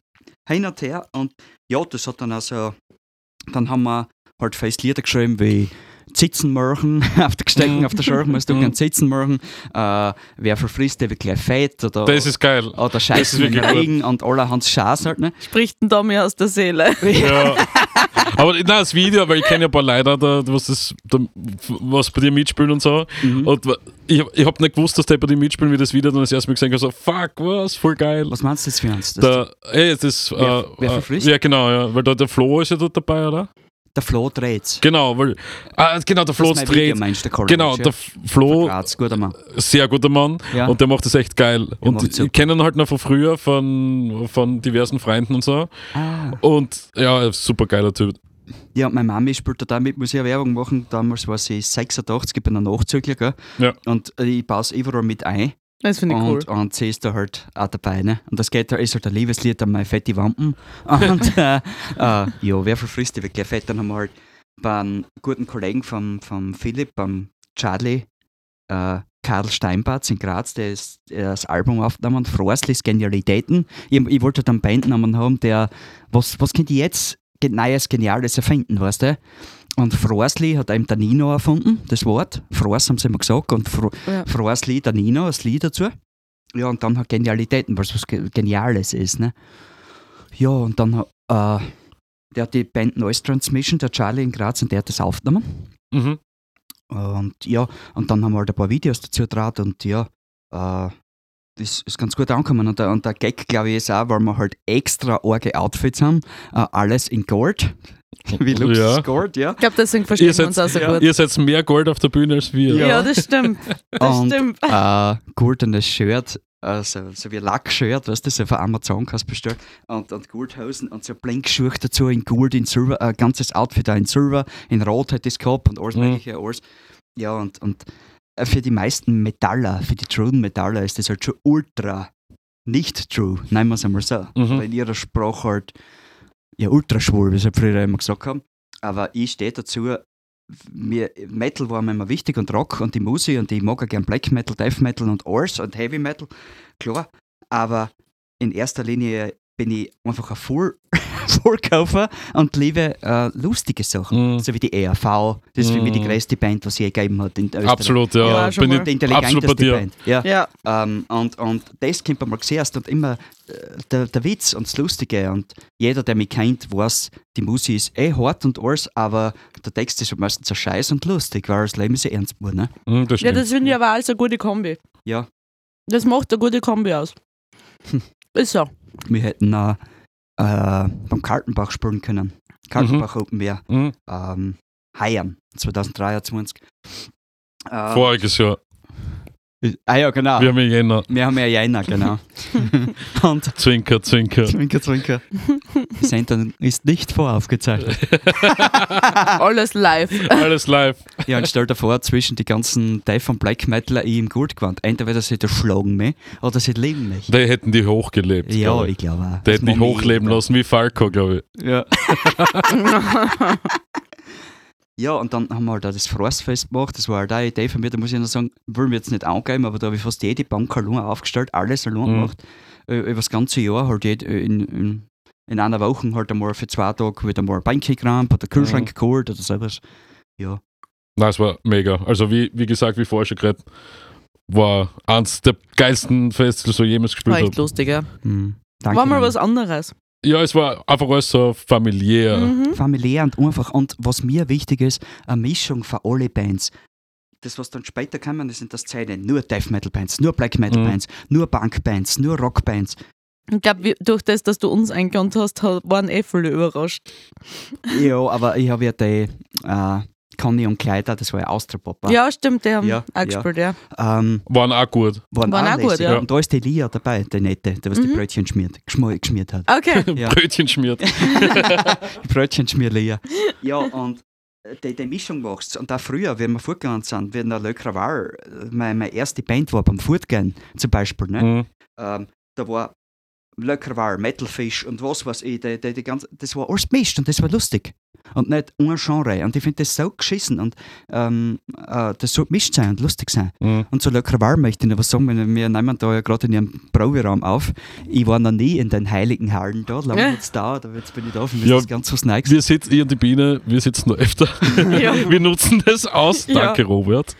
S4: Hin und her. Und ja, das hat dann also, dann haben wir halt fest Lieder geschrieben wie Sitzen machen, auf der Gestecken, auf der Schirche musst du gern sitzen machen, äh, wer verfrisst, der wird gleich fett oder,
S1: Das ist geil.
S4: oder
S1: das ist
S4: scheiße im
S1: wirklich gut.
S4: Regen und allerhand Schaß halt, ne?
S3: Spricht ein Tommy aus der Seele.
S1: Ja. Aber nein, das Video, weil ich kenne ja ein paar Leute, da, was, das, da, was bei dir mitspielen und so.
S4: Mhm.
S1: Und ich, ich habe nicht gewusst, dass die bei dir mitspielen, wie das Video dann das erste Mal gesehen habe. So, fuck, was, voll geil.
S4: Was meinst du jetzt für uns? Das,
S1: Da, ey, das,
S4: Wer-
S1: äh,
S4: wer
S1: äh,
S4: verfrisst?
S1: ja, genau, ja, weil da der Flo ist ja dort dabei, oder?
S4: der Flo dreht's.
S1: Genau, weil, ah, genau, der Flo
S4: Das ist mein Video,
S1: dreht.
S4: meinst du, der Coral
S1: Genau,
S4: Ridge,
S1: der F- Flo,
S4: ja. Graz, guter Mann.
S1: sehr guter Mann
S4: Ja.
S1: und der macht das echt geil. und
S4: macht's
S1: ich
S4: super.
S1: kenne ihn halt noch von früher, von, von diversen Freunden und so.
S4: Ah.
S1: Und ja, super geiler Typ.
S4: Ja, meine Mami spielt da damit, muss ich ja Werbung machen. Damals war sie 86, ich bin ein Nachzügler, gell?
S1: Ja.
S4: Und äh, ich baue es überall mit ein.
S3: Das finde ich cool.
S4: Und, und sie ist da halt auch dabei, ne? Und das geht, da- ist halt ein Liebeslied an meine fette Wampen. Und äh, äh, ja, wer verfrisst die wirklich fett? Dann haben wir halt beim guten Kollegen vom, vom Philipp, beim Charlie, äh, Karl Steinbartz in Graz, der ist der das Album aufgenommen, Froslis Genialitäten. Ich, ich wollte halt einen Bandnamen haben, der, was, was könnte ich jetzt Ge- Neues, Geniales erfinden, weißt du? Und Frosli hat einem der Nino erfunden, das Wort. Fros haben sie immer gesagt und Fro
S3: Ja.
S4: Frosli, der Nino, das Lied dazu. Ja, und dann hat Genialitäten, was was Ge- Geniales ist, ne? Ja, und dann ha- äh, der hat die Band Noise Transmission, der Charlie in Graz, und der hat das aufgenommen.
S1: Mhm.
S4: Und ja, und dann haben wir halt ein paar Videos dazu gedreht und ja, äh, das ist ganz gut angekommen. Und der, und der Gag, glaube ich, ist auch, weil wir halt extra arge Outfits haben, äh, alles in Gold. Wie Luxus
S1: Ja.
S4: Gold, ja.
S3: Ich glaube, deswegen
S1: Ihr
S3: verstehen wir
S1: seid,
S3: uns auch so gut.
S1: ihr seid mehr Gold auf der Bühne als wir.
S3: Ja, das stimmt. Das
S4: und
S3: stimmt.
S4: äh, goldenes Shirt, äh, so, so wie Lack-Shirt, weißt du, so von Amazon kannst du bestellen. Und, und Goldhosen und so Blinkschuhe dazu in Gold, in Silber, ein ganzes Outfit auch in Silber, in Rot hat das gehabt und alles
S1: Mhm.
S4: mögliche, alles. Ja, und, und äh, für die meisten Metaller, für die truen Metaller ist das halt schon ultra nicht true, nennen wir es einmal so.
S1: Mhm.
S4: Aber in ihrer Sprache halt, ja, ultra schwul, wie sie früher immer gesagt haben. Aber ich stehe dazu, mir, Metal war mir immer wichtig und Rock und die Musik und ich mag auch gern Black Metal, Death Metal und alles und Heavy Metal, klar. Aber in erster Linie bin ich einfach ein Voll Vollkaufer und liebe äh, lustige Sachen.
S1: Mhm.
S4: So wie die ERV, das ist für mich die
S1: Mhm.
S4: größte Band, was je gegeben hat in Österreich.
S1: Absolut, ja.
S3: Ja, schon
S1: Bin
S3: mal.
S4: Die
S1: ich absolut bei
S4: intelligenteste
S1: dir.
S4: Band. Ja.
S3: Ja,
S4: Ähm, und, und das kommt man mal zuerst und immer äh, der, der Witz und das Lustige. Und jeder, der mich kennt, weiß, die Musik ist eh hart und alles, aber der Text ist halt meistens ein Scheiß und lustig, weil das Leben ist ja ernst geworden, ne?
S1: Mhm, das
S3: ja
S1: stimmt.
S3: das finde ich aber alles eine gute Kombi.
S4: Ja,
S3: Das macht eine gute Kombi aus. Ist so.
S4: wir hätten auch äh, beim Kaltenbach spielen können. Kaltenbach Open Air,
S1: Mhm.
S4: ähm, Heiern, 2023. Äh,
S1: Voriges Jahr.
S4: ah ja, genau.
S1: Wir
S4: Wir,
S1: haben ja Jänner.
S4: haben ja Jänner, genau. und
S1: Zwinker, Zwinker.
S4: Zwinker, Zwinker. Die Sendung ist nicht voraufgezeichnet.
S3: Alles live.
S1: Alles live.
S4: Ja, und stell dir vor, zwischen die ganzen Teil von Black Metaler ich im Gold gewandt. Entweder sie erschlagen mich oder sie leben mich.
S1: Die hätten die hochgelebt.
S4: Ja,
S1: glaub
S4: ich
S1: ich.
S4: glaube auch.
S1: Die
S4: Das
S1: hätten dich
S4: Mami-
S1: hochleben lassen wie Falco, glaube ich.
S4: Ja. ja, und dann haben wir halt auch das Frostfest gemacht. Das war halt auch eine Idee von mir. Da muss ich noch sagen, will mir jetzt nicht angeben, aber da habe ich fast jede Bank allein aufgestellt, alles allein
S1: Mhm.
S4: gemacht. Äh, Über das ganze Jahr halt jed- äh, in, in, in einer Woche halt einmal für zwei Tage wieder mal ein Bank gekramt oder
S1: Mhm.
S4: Kühlschrank geholt oder sowas. Ja.
S1: Nein, es war mega. Also wie, wie gesagt, wie vorher schon geredet, war eins der geilsten Festivals, die ich jemals gespielt
S3: War echt
S1: habe.
S3: lustig, ja.
S4: Mhm. Danke.
S3: War mal
S4: Mama.
S3: was anderes.
S1: Ja, es war einfach alles so familiär.
S3: Mhm.
S4: familiär und einfach. Und was mir wichtig ist, eine Mischung von alle Bands. Das, was dann später kommen, das sind das Zeilen. Nur Death Metal Bands, nur Black Metal
S1: Mhm.
S4: Bands, nur Punk Bands, nur Rock Bands.
S3: Ich glaube, durch das, dass du uns eingeladen hast, ha- waren eh viele überrascht.
S4: ja, aber ich habe ja die äh, Conny und Kleider, das war ja Austropop. auch.
S3: Ja, stimmt, die haben
S4: Ja,
S3: auch gespielt, ja.
S4: Ähm,
S1: Waren auch gut.
S4: waren
S3: Waren
S4: auch
S3: auch gut,
S4: lässig.
S3: ja.
S4: Und da ist die Lia dabei, die Nette, die was die
S3: Mhm.
S4: Brötchen schmiert, geschmiert, geschmiert hat.
S3: Okay.
S4: Ja.
S1: Brötchen schmiert.
S4: Brötchenschmierleer. Ja, und äh, die, die Mischung machst. Und auch früher, wenn wir fortgegangen sind, wenn der Le Craval, äh, meine, meine erste Band war beim Fortgehen zum Beispiel, ne?
S1: Mhm.
S4: ähm, da war Le Craval, Metalfish und was weiß ich, die, die, die ganze, das war alles gemischt und das war lustig. Und nicht ein Genre. Und ich finde das so geschissen. Und ähm, äh, das soll gemischt sein und lustig sein.
S1: Mhm.
S4: Und zu Le Craval möchte ich noch was sagen, weil wir nehmen da ja gerade in ihrem Proberaum auf. Ich war noch nie in den heiligen Hallen da. Lange
S3: Ja.
S4: ja. jetzt dauert, aber jetzt bin ich da, für mich
S1: Ja.
S4: ist das ganz was Neues.
S1: Wir sitzen, ich und die Biene, wir sitzen noch öfter.
S3: Ja.
S1: Wir nutzen das aus.
S3: Ja.
S1: Danke, Robert.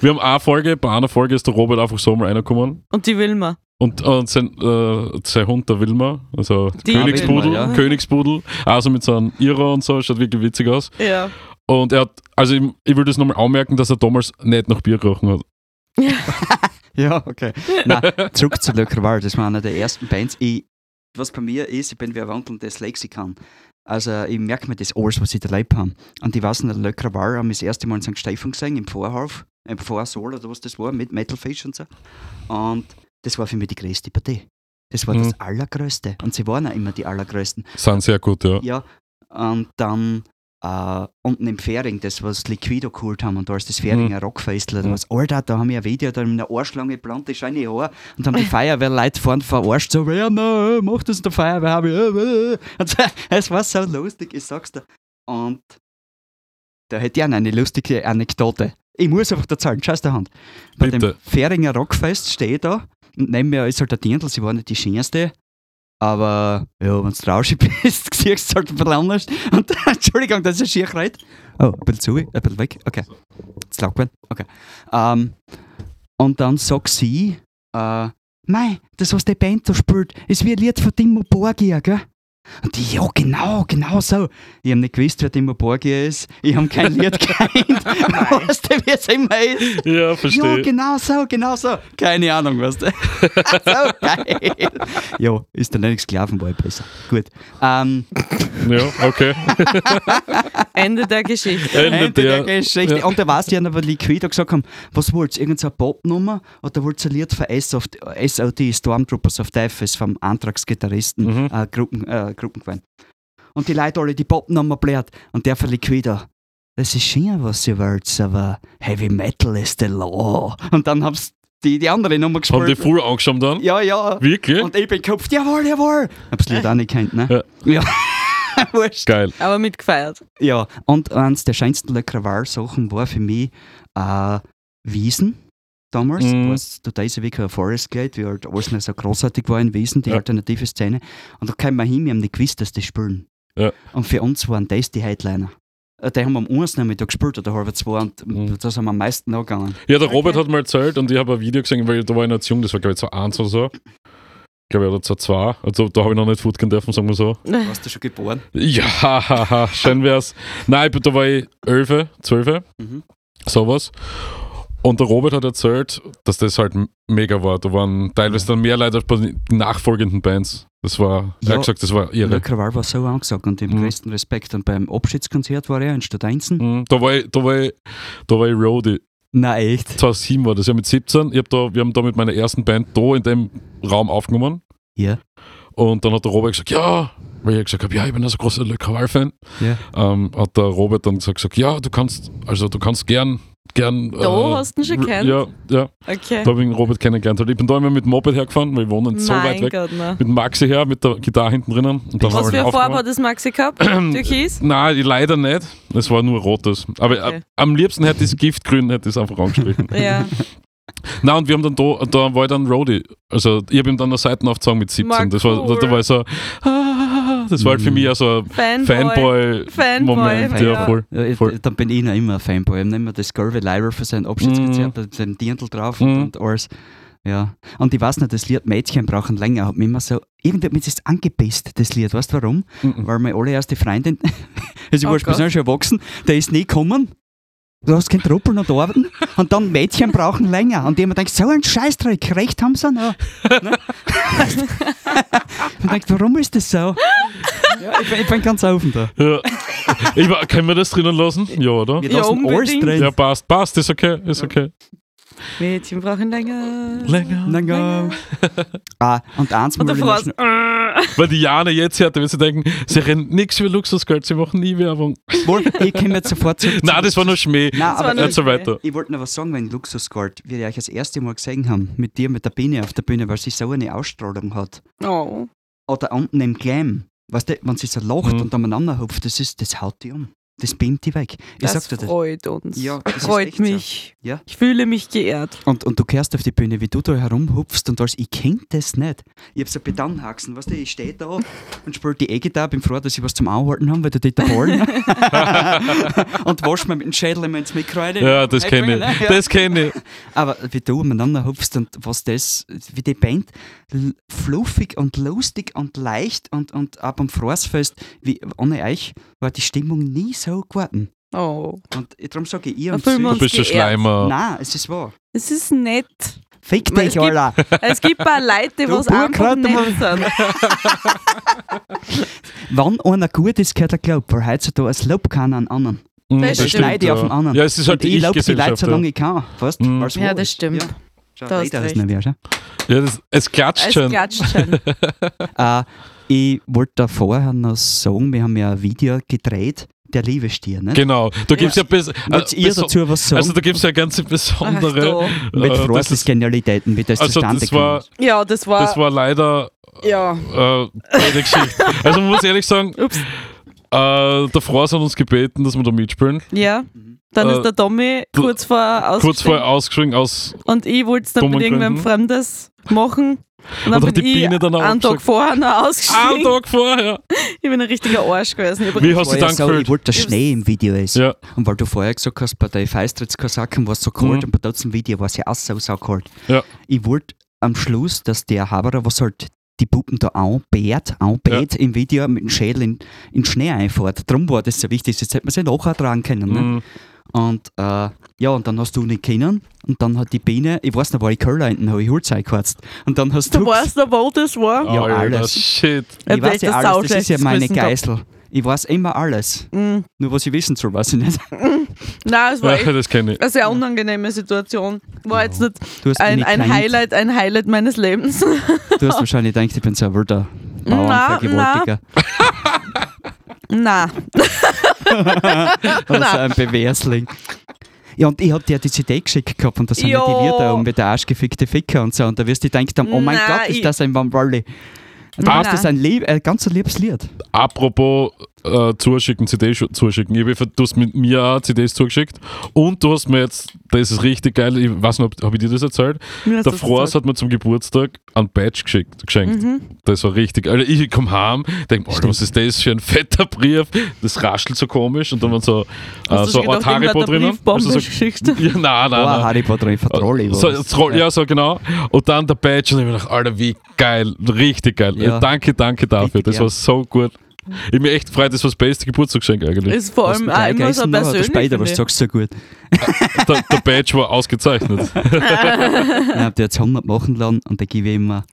S1: Wir haben eine Folge, bei einer Folge ist der Robert einfach so mal reingekommen.
S3: Und die Wilma.
S1: Und, und sein, äh, sein Hund, der Wilma, also
S3: Die
S1: Königsbudel,
S4: Wilma, ja.
S1: Königsbudel, also mit so einem Irrer und so, schaut wirklich witzig aus.
S3: Ja.
S1: Und er hat, also ich, ich will das nochmal anmerken, dass er damals nicht nach Bier gerochen hat.
S4: Ja, okay. Nein, zurück zu Le Creval, das war einer der ersten Bands. Ich, was bei mir ist, ich bin wie ein wandelndes Lexikon. Also ich merke mir das alles, was ich erlebt habe. Und ich weiß nicht, Le Creval haben wir das erste Mal in St. Stephen gesehen, im Vorhof, im Vorsaal oder was das war, mit Metalfish und so. Und das war für mich die größte Partie. Das war
S1: Mhm.
S4: das Allergrößte. Und sie waren auch immer die Allergrößten.
S1: Sind sehr gut, ja.
S4: Ja, und dann äh, unten im Fähring, das was Liquido geholt haben und da ist das Fähringer Rockfestl oder
S1: Mhm.
S4: was. Alter, da haben wir ein Video, da haben wir eine Arschlange geplant, die scheine Haar und haben die Feuerwehrleute vorne verarscht, so, ja, na, mach das in der Feuerwehr, hab ich, äh, äh. und so, es war so lustig, ich sag's dir. Und da hätte ich auch noch eine lustige Anekdote. Ich muss einfach erzählen, scheiß der Hand. Bei dem
S1: Bitte.
S4: Fähringer Rockfest stehe ich da und neben mir ist halt der Dirndl, sie war nicht die schönste, aber ja, wenn du trauschig bist, siehst du halt ein bisschen anders. Und Entschuldigung, dass ich schier reit. Oh, ein bisschen zu, ein bisschen weg. Okay. Jetzt laut geworden. Okay. Ähm, und dann sagt sie, äh, Mei, das, was die Band da spielt, ist wie ein Lied von Timo Borgia, gell? Und ich, ja, genau, genau so. Ich habe nicht gewusst, wer Timo Borgia ist. Ich habe kein Lied gekannt. weißt du, wie es immer ist?
S1: Ja,
S4: Ja,
S1: verstehe.
S4: genau so, genau so. Keine Ahnung, weißt du. so geil. Ja, ist dann nicht Sklavenwahl besser. Gut. Ähm,
S1: Ja, okay.
S3: Ende der Geschichte.
S1: Ende
S4: der
S1: der.
S4: Geschichte.
S1: ja.
S4: Und da weiß ich noch, weil Liquido gesagt haben, was wollt ihr, irgendeine Popnummer oder wollt ihr ein Lied von S.O.D., SOD, Stormtroopers of Death, vom Antragsgitarristen,
S1: Mhm.
S4: äh, Gruppen, äh, Gruppen gewesen. Und die Leute alle die Popnummer blärt und der von Liquido. Das ist schön, was ihr wollt, aber Heavy Metal ist the law. Und dann haben sie die, die andere Nummer
S1: Haben die
S4: gespielt.
S1: voll angeschaut dann?
S4: Ja, ja.
S1: Wirklich?
S4: Und ich bin gekupft, jawohl, jawohl. Hab's Lied auch nicht kennt, ne? Ja. Wurscht.
S1: Geil.
S3: Aber mitgefeiert.
S4: Ja, und eines der schönsten Le Creval-Sachen war für mich äh, Wiesen damals.
S1: Mhm.
S4: Mhm. Weißt, du, da ist ja wirklich ein Forest Gate, wie halt alles nicht so großartig war in Wiesen, die
S1: Ja.
S4: alternative Szene. Und da kamen wir hin, wir haben nicht gewusst, dass die spielen.
S1: Ja.
S4: Und für uns waren das die Headliner. Äh, Die haben am 1. Nachmittag gespielt oder halb zwei und
S1: Mhm.
S4: da sind wir am meisten angegangen.
S1: Ja, der Robert hat mal erzählt und ich habe ein Video gesehen, weil da war ich noch zu jung, das war glaube ich zu 1 oder so. Glaube ich, oder zu 2. Also da habe ich noch nicht Food gehen dürfen, sagen wir so.
S4: Warst du schon geboren?
S1: Ja, haha, schön wär's. Nein, da war ich 11, 12,
S4: Mhm.
S1: sowas. Und der Robert hat erzählt, dass das halt m- mega war. Da waren teilweise dann mehr Leute als bei den nachfolgenden Bands. Das war, ja. er
S4: Ja.
S1: hat gesagt, das war
S4: Le
S1: irre.
S4: Creval war so angesagt und im
S1: Mhm.
S4: größten Respekt. Und beim Abschiedskonzert war er in Stadteinzen.
S1: Mhm, Da war ich, da war ich, da war ich Roadie.
S4: Na echt?
S1: 2007 war das, ja mit 17. Ich hab da, wir haben da mit meiner ersten Band da in dem Raum aufgenommen.
S4: Ja.
S1: Und dann hat der Robert gesagt, ja, weil ich gesagt habe, ja, ich bin ja so großer Le Caval-Fan,
S4: Ja.
S1: ähm, hat der Robert dann gesagt, gesagt, ja, du kannst, also du kannst gern, gern. äh,
S3: Da hast du ihn schon kennt.
S1: Ja, ja,
S3: Okay.
S1: da habe ich den Robert kennengelernt. Ich bin da immer mit dem Moped hergefahren, weil wir wohnen so weit
S3: mein
S1: weg.
S3: Gott, ne.
S1: Mit dem Maxi her, mit der Gitarre hinten drinnen. Und dann
S3: Was
S1: haben
S3: für
S1: wir
S3: eine Farbe
S1: aufgenommen.
S3: hat das Maxi gehabt? Türkis?
S1: Nein, die leider nicht. Es war nur rotes. Aber
S3: Okay.
S1: äh, am liebsten hätte ich es Giftgrün, hätte ich es einfach angestrichen.
S3: Ja.
S1: Na und wir haben dann da, da war ich dann Roadie. Also ich habe ihm dann eine Seiten aufgezogen mit 17.
S3: Mark
S1: das war, da, da war ich so, ah, das war halt für mich also ein
S3: Fanboy.
S1: Fanboy-Moment.
S3: Fanboy.
S1: ja,
S3: ja.
S1: voll.
S4: Ja, ich,
S1: Voll.
S4: Dann bin ich noch immer ein Fanboy. Ich nehme mir das Girl Lyra für sein Abschiedskonzert, mit seinem Dirndl drauf
S1: Mhm.
S4: und, und alles. Ja. Und ich weiß nicht, das Lied Mädchen brauchen länger hat mich immer so, irgendwie hat mich das angepisst, das Lied. Weißt du warum?
S1: Mhm.
S4: Weil meine allererste Freundin, also ich
S3: Oh
S4: war speziell schon erwachsen, der ist nie gekommen. Du hast kein Truppeln und arbeiten. Und dann Mädchen brauchen länger. Und die haben gedacht, so ein Scheißdreck, recht haben sie noch. Ne? Und denkt, warum ist das so? Ja, ich, bin, ich bin ganz offen da.
S1: Ja. Ich war, können wir das drinnen lassen? Ja, oder?
S4: Wir
S3: Ja,
S4: lassen alles
S3: unbedingt.
S4: drin.
S1: Ja, passt, passt, ist okay, ist okay.
S3: Mädchen brauchen länger.
S1: Länger.
S4: Länger. ah, und eins
S3: Und
S4: mal
S3: der
S4: in
S3: Frost.
S4: der
S3: äh,
S1: Weil die Jana jetzt hört, wenn sie denken, sie reden nichts für Luxusgeld, sie machen nie Werbung.
S4: Wohl, ich komme jetzt sofort zurück.
S1: Nein, das war nur Schmäh.
S4: Nein,
S3: war
S4: aber
S3: nur-
S1: Jetzt so weiter.
S4: ich wollte noch was sagen, wenn Luxusgold, wie ich euch das erste Mal gesehen haben, mit dir, mit der Biene auf der Bühne, weil sie so eine Ausstrahlung hat.
S3: Oh.
S4: Oder unten im Glam. Weißt du, wenn sie so lacht
S1: Mhm.
S4: und umeinander hupft, das ist, das haut die um. Das beamt die weg. Ich
S3: Das
S4: sag dir das.
S3: freut uns.
S4: Ja, das ist echt
S3: freut
S4: so.
S3: mich.
S4: Ja.
S3: Ich fühle mich geehrt.
S4: Und, und du kehrst auf die Bühne, wie du da herumhupfst und alles. Ich kenn das nicht. Ich hab so Betonhaxen, weißt du, ich steh da und spiel die E-Gitarre, bin froh, dass ich was zum Anhalten habe, weil die da ballen. und wasch mir mit dem Schädel immer ins Mikro rein.
S1: Ja, das kenne
S4: bringen,
S1: ich.
S4: ja.
S1: Das kenne ich.
S4: Aber wie du umeinander hupfst und was das, wie die Band l- fluffig und lustig und leicht und, und ab am Frostfest, wie ohne euch, war die Stimmung nie so geworden.
S3: Oh.
S4: Und darum sage ich, ihr
S3: Da
S4: und
S3: fühlen wir
S1: Du
S4: sie,
S3: uns-
S1: bist ein
S3: geehrt.
S1: Schleimer.
S4: nein, es ist wahr.
S3: Es ist nett.
S4: Fick
S3: Man, es
S4: dich,
S3: gibt-
S4: Alter!
S3: Es gibt auch Leute, die
S4: Du
S3: was einfach
S4: Burkhard,
S3: nett sind.
S4: Wann einer gut ist, gehört er gelobt, weil heutzutage es lobt keiner an anderen.
S1: Mhm,
S3: Das
S4: Ich
S3: stimmt,
S4: schneide ich auf den anderen.
S1: Ja, es ist halt
S4: und ich
S1: die
S4: lobe die Leute,
S1: Ich-Gesellschaft.
S4: solange
S1: ja.
S4: ich kann. Weißt,
S1: Mhm.
S4: weil's
S3: Ja,
S4: wahr
S3: das
S4: ist.
S3: stimmt.
S4: Ja. Schau,
S3: Da hast
S4: leider ist
S3: recht.
S4: nicht mehr, schau.
S1: Ja, das, es klatscht
S3: Es
S1: schon.
S3: klatscht schon.
S4: Äh, ich wollte da vorher noch sagen, wir haben ja ein Video gedreht, der Liebestier, ne?
S1: Genau. Du gibst ja, bis, äh,
S4: Wollt ihr
S1: beso-
S4: dazu was sagen?
S1: Also da gibt es ja ganze
S3: Ach,
S1: besondere.
S3: da.
S4: mit
S1: äh, das
S4: Frostes
S1: ist,
S4: Genialitäten, wie das
S1: also
S4: zustande
S1: das war,
S4: kommt.
S3: Ja, das war.
S1: das war leider
S3: ja.
S1: äh, eine Geschichte. Also man muss ehrlich sagen,
S3: Ups.
S1: äh, der Frost hat uns gebeten, dass wir da mitspielen.
S3: Ja. Dann
S1: Äh,
S3: ist der Tommy
S1: du-
S3: kurz vor
S1: Kurz vorher ausgeschrieben
S3: ausgestiegen
S1: aus
S3: und ich wollte es dann
S1: dummen
S3: mit irgendwem Fremdes machen. Und dann
S1: Und hat
S3: bin
S1: die
S3: ich
S1: Biene dann auch Ah,
S3: einen Tag
S1: abgesagt.
S3: vorher noch ausgestiegen.
S1: einem Tag vorher.
S3: Ich bin ein richtiger Arsch gewesen. Ich hab
S1: Wie hast du
S4: War
S1: dich
S4: ja
S1: dann
S4: so, ich
S1: gefühlt?
S4: wollte, dass Schnee im Video ist.
S1: Ja.
S4: Und weil du vorher gesagt hast, bei den Feistritz-Kasaken war es so kalt
S1: Mhm.
S4: und bei diesem Video war es ja auch so, so kalt.
S1: Ja.
S4: Ich wollte am Schluss, dass der Haberer, was halt die Puppen da anbärt, anbärt im Video mit dem Schädel in, in Schnee einfahrt. Darum war das so wichtig. Jetzt hätte man sich nachher tragen können. Ne?
S1: Mhm.
S4: Und äh, ja, und dann hast du nicht kennen. Und dann hat die Biene, ich weiß noch, war ich Kölner hinten, habe ich Holzei geheizt. Und dann hast
S3: Du
S4: du.
S3: weißt noch, wo das war?
S4: Ja,
S1: Alter,
S4: alles.
S1: Shit.
S4: ich weiß ja alles, das ist ja meine
S3: Geist.
S4: Geißel. Ich weiß immer alles.
S3: Mhm.
S4: Nur was ich wissen soll, weiß ich nicht.
S3: Nein, es war echt
S1: Ja, das kenne ich.
S3: eine sehr unangenehme Situation. War jetzt nicht
S4: Du hast
S3: ein,
S4: mich
S3: ein
S4: klein-
S3: Highlight, ein Highlight meines Lebens.
S4: Du hast wahrscheinlich gedacht, ich bin so ein wilder
S3: Na,
S4: Bauernvergewaltiger.
S3: Nein.
S4: Oder so
S3: na.
S4: ein Bewersling. Ja, und ich hab dir die CD geschickt gehabt und da sind ja
S3: Jo.
S4: die Lieder um mit der arschgefickte Ficker und so. Und da wirst du gedacht haben, oh mein
S3: Na,
S4: Gott,
S3: ich-
S4: ist das ein Van Valley. Du
S3: Na.
S4: hast das ein, lieb, ein ganz ein liebes Lied.
S1: Apropos äh, zuschicken, CD schu- zuschicken. Ich hab, einfach- du hast mit mir auch CDs zugeschickt und du hast mir jetzt, das ist richtig geil, ich weiß nicht, habe ich dir das erzählt?
S3: Mir
S1: Der
S3: hast du das
S1: Frost
S3: gesagt. Mhm.
S1: hat mir zum Geburtstag ein Badge geschickt, geschenkt. Das war richtig. Also ich komme heim, denke, Alter, was ist das für ein fetter Brief? Das raschelt so komisch und dann waren so, äh,
S3: Hast du
S1: so
S3: schon
S1: eine Art
S3: gedacht,
S1: Haribo
S3: irgendwer hat eine
S1: drinnen. Also so,
S3: Briefbombe-Geschichte?
S1: ja, nein, nein,
S4: Oh,
S1: nein.
S4: Harry Potter, ich vertrolle
S1: Äh, So, so, Troll- ja, so genau. Und dann der Badge und ich mir gedacht, Alter, wie geil, richtig geil.
S4: Ja.
S1: Äh, Danke, danke dafür.
S4: Richtig,
S1: Das
S4: ja.
S1: war so gut. Ich bin echt freut, das war das beste Geburtstagsgeschenk eigentlich.
S3: Ist vor allem auch immer so
S4: Der
S3: persönlich.
S4: Spider,
S3: finde
S4: was
S3: ich.
S4: sagst du so gut?
S1: der, der Badge war ausgezeichnet.
S4: Dann hab ich jetzt 100 machen lassen und da gebe ich immer.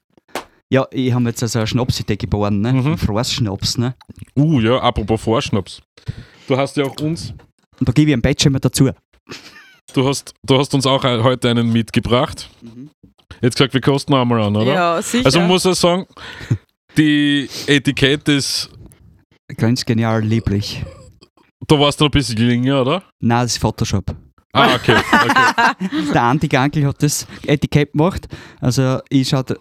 S4: Ja, ich habe jetzt also eine Schnapsidee geboren, ne?
S1: Mhm.
S4: Mhm. Frostschnaps, ne?
S1: Uh, ja, apropos Vorschnaps. Du hast ja auch uns,
S4: Und da gebe ich ein Badge immer dazu.
S1: du hast, du hast uns auch ein- heute einen mitgebracht. Jetzt gesagt, wir kosten noch einmal an, oder?
S3: Mhm. Ja, sicher.
S1: also man muss ja sagen, die Etikette ist,
S4: Ganz genial, lieblich.
S1: da warst du noch ein bisschen jünger, oder?
S4: Nein, das ist Photoshop.
S1: Ah, okay. okay.
S4: Der Andi Gankel hat das Etikett gemacht. Also ich schaut,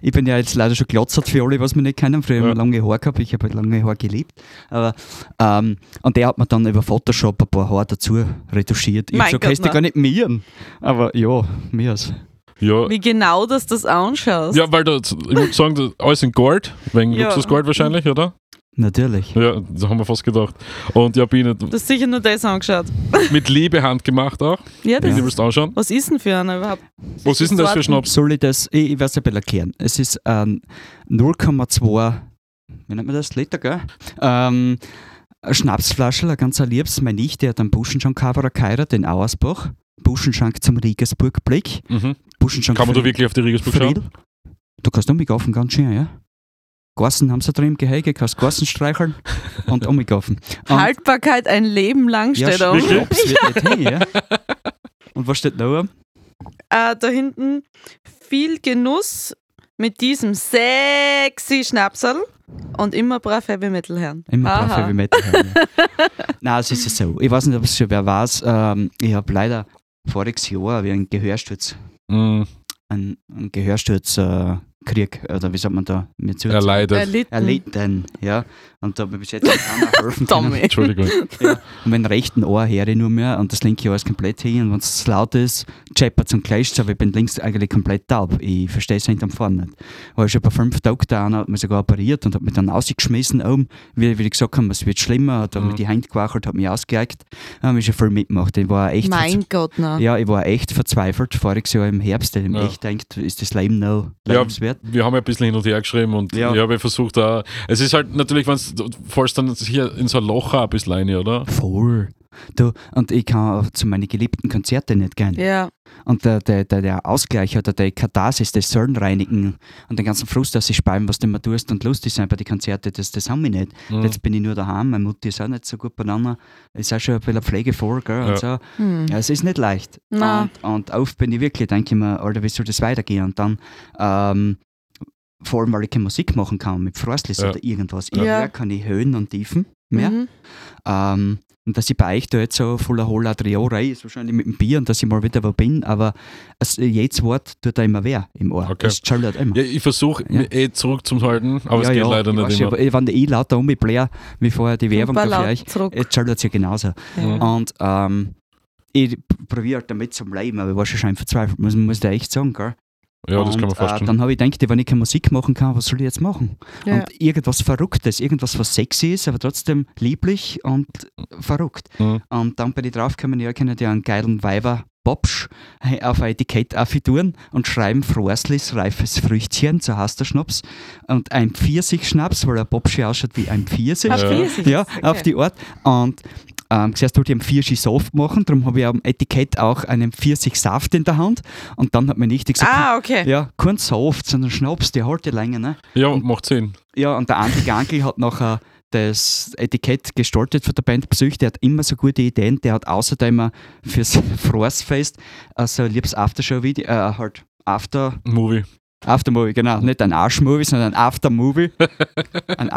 S4: ich bin ja jetzt leider schon glotzert für alle, was wir nicht kennen. Früher
S1: Ja.
S4: habe ich lange Haare gehabt, ich habe halt lange Haare geliebt. Aber, ähm, und der hat mir dann über Photoshop ein paar Haare dazu retuschiert. Ich
S3: Mein
S4: habe so
S3: Gott,
S4: kannst du
S3: na.
S4: gar nicht mieren. Aber ja, mir ist. Äh,
S1: Ja,
S3: Wie genau dass du das anschaust.
S1: Ja, weil da, ich würde sagen, das- alles in Gold, wegen
S3: Ja.
S1: Luxusgold wahrscheinlich, oder?
S4: Natürlich.
S1: Ja, das haben wir fast gedacht. Und ja, Biene,
S3: Du hast sicher nur das angeschaut.
S1: mit Liebe handgemacht auch.
S3: Ja, das
S1: Wenn du willst anschauen.
S3: Was ist denn für einer überhaupt?
S1: Was ist denn das für Schnaps?
S4: Soll ich das, ich, ich werde es ein bisschen erklären. Es ist ähm, 0,2, wie nennt man das, Liter, gell? Ähm, eine Schnapsflasche, ein ganzer Liebs, mein Nichte hat einen Buschenschank-Haberer geheiratet, den Auersbach. Buschenschank zum Riegersburg-Blick.
S1: Mhm.
S4: Buschenschank
S1: Kann man da
S4: Fried-
S1: wirklich auf die Regelsburg schauen?
S4: Friedl. Du kannst umgekaufen, ganz schön, ja. Gassen haben sie drin im Gehege, kannst Gassen streicheln und umgekaufen. Und-
S3: Haltbarkeit ein Leben lang
S4: ja,
S3: steht da
S1: wirklich?
S3: oben.
S4: Schnaps wird nicht hin, ja. Und was steht da oben?
S3: Äh, da hinten viel Genuss mit diesem sexy Schnapsel und immer brav Heavy Metal hören.
S4: Immer
S3: Aha.
S4: brav Heavy Metal hören. ja. Nein, es ist ja so. Ich weiß nicht, ob es schon wer weiß. Ähm, ich habe leider voriges Jahr wie einen Gehörsturz,
S1: Mhm.
S4: einen, einen Gehörsturz äh, Krieg, oder wie sagt man da, mir zu
S1: Erleidet.
S3: Erlitten.
S4: erlitten, ja. Und da habe ich bis jetzt keiner helfen können.
S3: Tommy.
S1: Entschuldigung.
S4: Und mein rechten Ohr höre ich nur mehr und das linke Ohr ist komplett hin. Und wenn es laut ist, scheppert es und klatscht aber ich bin links eigentlich komplett taub. Ich verstehe es hinterm Vorn nicht. War schon bei fünf Tagen da, einer hat mich sogar operiert und hat mich dann rausgeschmissen oben. Wie, wie ich gesagt habe, es wird schlimmer, hat mhm. mir die Hand gewachelt, hat mich ausgehackt. Da habe ich schon viel mitgemacht. Ich war echt
S3: Mein Gott, nein.
S4: ja, ich war echt verzweifelt voriges Jahr im Herbst, weil ich mir
S1: Ja.
S4: echt denkt, ist das Leben noch
S1: Ja,
S4: lebenswert?
S1: wir haben ja ein bisschen hin und her geschrieben und
S4: Ja.
S1: ich habe ja versucht, da. Es ist halt natürlich, wenn du fällst dann hier in so ein Loch ab, ist Leine, oder?
S4: Voll. Du, und ich kann auch zu meinen geliebten Konzerten nicht gehen.
S3: Ja.
S4: Und der, der, der, der Ausgleich oder der Katharsis, das Säulenreinigen und den ganzen Frust aus sich speiben, was du immer tust und lustig sein bei den Konzerten, das, das haben wir nicht.
S1: Mhm.
S4: Jetzt bin ich nur daheim, meine Mutti ist auch nicht so gut beieinander, ist auch schon ein bisschen Pflege vor, gell,
S1: Ja.
S4: und so.
S3: Hm.
S4: Ja, es ist nicht leicht.
S3: Nein.
S4: Und, und oft bin ich wirklich, denke ich mir, Alter, wie soll das weitergehen? Und dann, ähm, vor allem, weil ich keine Musik machen kann mit Frostlis
S1: Ja.
S4: oder irgendwas.
S3: Ja.
S4: Ich ja. kann ich Höhen und Tiefen mehr.
S3: Mhm.
S4: Ähm, und dass ich bei euch da jetzt so voller hola Triorei ist, wahrscheinlich mit dem Bier und dass ich mal wieder wo bin, aber es, jedes Wort tut da immer weh im Ohr.
S1: Okay.
S4: Es schallert immer.
S1: Ja, ich versuche
S4: Ja.
S1: eh zurückzuhalten, aber es geht leider
S4: ich weiß
S1: nicht
S4: schon,
S1: immer.
S4: aber Wenn ich lauter umblähe, wie vorher die Werbung
S3: Super
S4: da für
S3: laut
S4: euch,
S3: zurück.
S4: jetzt schallert es ja genauso.
S1: Mhm.
S3: Ja.
S4: Äh, Und ähm, ich probiere halt damit zum Leben, aber ich war schon scheinbar verzweifelt, muss, muss ich dir echt sagen, gell?
S1: Ja, das
S4: und,
S1: kann man
S4: Äh,
S1: vorstellen.
S4: dann habe ich gedacht, wenn ich keine Musik machen kann, was soll ich jetzt machen?
S3: Ja.
S4: Und irgendwas Verrücktes, irgendwas, was sexy ist, aber trotzdem lieblich und verrückt.
S1: Mhm.
S4: Und dann bin ich draufgekommen, ja, können die einen geilen Weiber Bobsch äh, auf ein Etikett affituren und schreiben Froslis reifes Früchtchen, so heißt der Schnaps. Und ein Pfirsich-Schnaps, weil der Bobsch ja ausschaut wie ein Pfirsich.
S3: Auf
S1: Ja.
S3: Pfirsich.
S4: Ja,
S3: Okay.
S4: auf die Art. Und ähm, zuerst wollte ich einen Pfirsich-Saft machen, darum habe ich am Etikett auch einen Pfirsich-Saft in der Hand. Und dann hat mir nicht gesagt,
S3: Ah, okay.
S4: ja, kein Saft, sondern Schnaps, die halte länger. Ne?
S1: ja, macht Sinn.
S4: Ja, und der Andi Gankl hat nachher das Etikett gestaltet von der Band Psych. Der hat immer so gute Ideen. Der hat außerdem auch fürs Frostfest also ein liebes Aftershow-Video, äh, halt After,
S1: Movie.
S4: Aftermovie, genau. Nicht ein Arschmovie, sondern ein Aftermovie. ein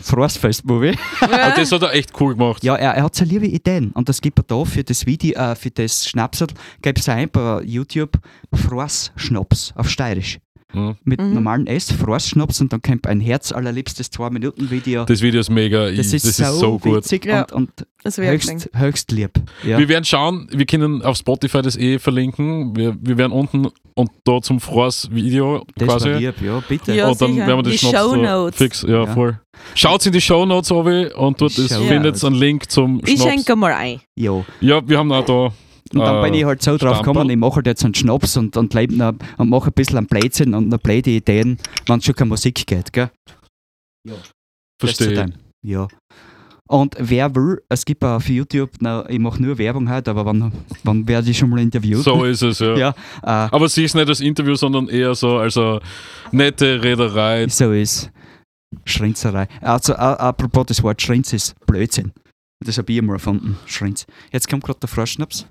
S4: After-Frostfest-Movie.
S1: Ah, das hat er echt cool gemacht.
S4: Ja, er, er hat so liebe Ideen. Und das gibt er da für das Video, äh, für das Schnapsel, gibt es ein bei YouTube Frostschnaps auf Steirisch.
S1: Mhm.
S4: Mit
S3: Mhm.
S4: normalen S, Frostschnaps und dann kommt ein Herz allerliebstes 2-Minuten-Video.
S1: Das Video ist mega, ich-
S4: Das ist, so,
S1: gut.
S4: witzig
S3: Ja.
S4: und, und
S3: Das wäre
S4: höchst, höchst lieb. Ja.
S1: Wir werden schauen, wir können auf Spotify das eh verlinken. Wir, wir werden unten und da zum Frost Video
S4: das war
S1: quasi.
S4: lieb, ja, bitte.
S3: Ja,
S1: und dann
S3: sicher.
S1: werden wir das
S3: Die
S1: Schnaps da
S3: Shownotes.
S1: fix. Ja,
S4: Ja.
S1: voll. Schaut in die Shownotes runter und dort ist-
S4: Shownotes.
S1: findet ihr einen Link zum
S3: Ich
S1: Schnaps.
S3: schenke mal ein.
S4: Ja. Und
S1: Ja, wir haben auch da.
S4: dann
S1: äh,
S4: bin ich halt so drauf
S1: Stamperl?
S4: gekommen, ich mache halt jetzt einen Schnaps und, und, leb noch, und mache ein bisschen einen Blödsinn und noch blöde Ideen, wenn es schon keine Musik geht, gell?
S1: Verstehe.
S4: Beste Time. Ja. Und wer will, es gibt auf YouTube, na, ich mache nur Werbung halt, aber wann, wann werde ich schon mal interviewt?
S1: So ist es, ja.
S4: Ja. Äh,
S1: Aber sie ist nicht das Interview, sondern eher so als eine nette Rederei.
S4: so ist Schrinzerei. Also, a- apropos das Wort Schrinz ist Blödsinn. Das habe ich mal erfunden, Schrinz. Jetzt kommt gerade der Froschnaps.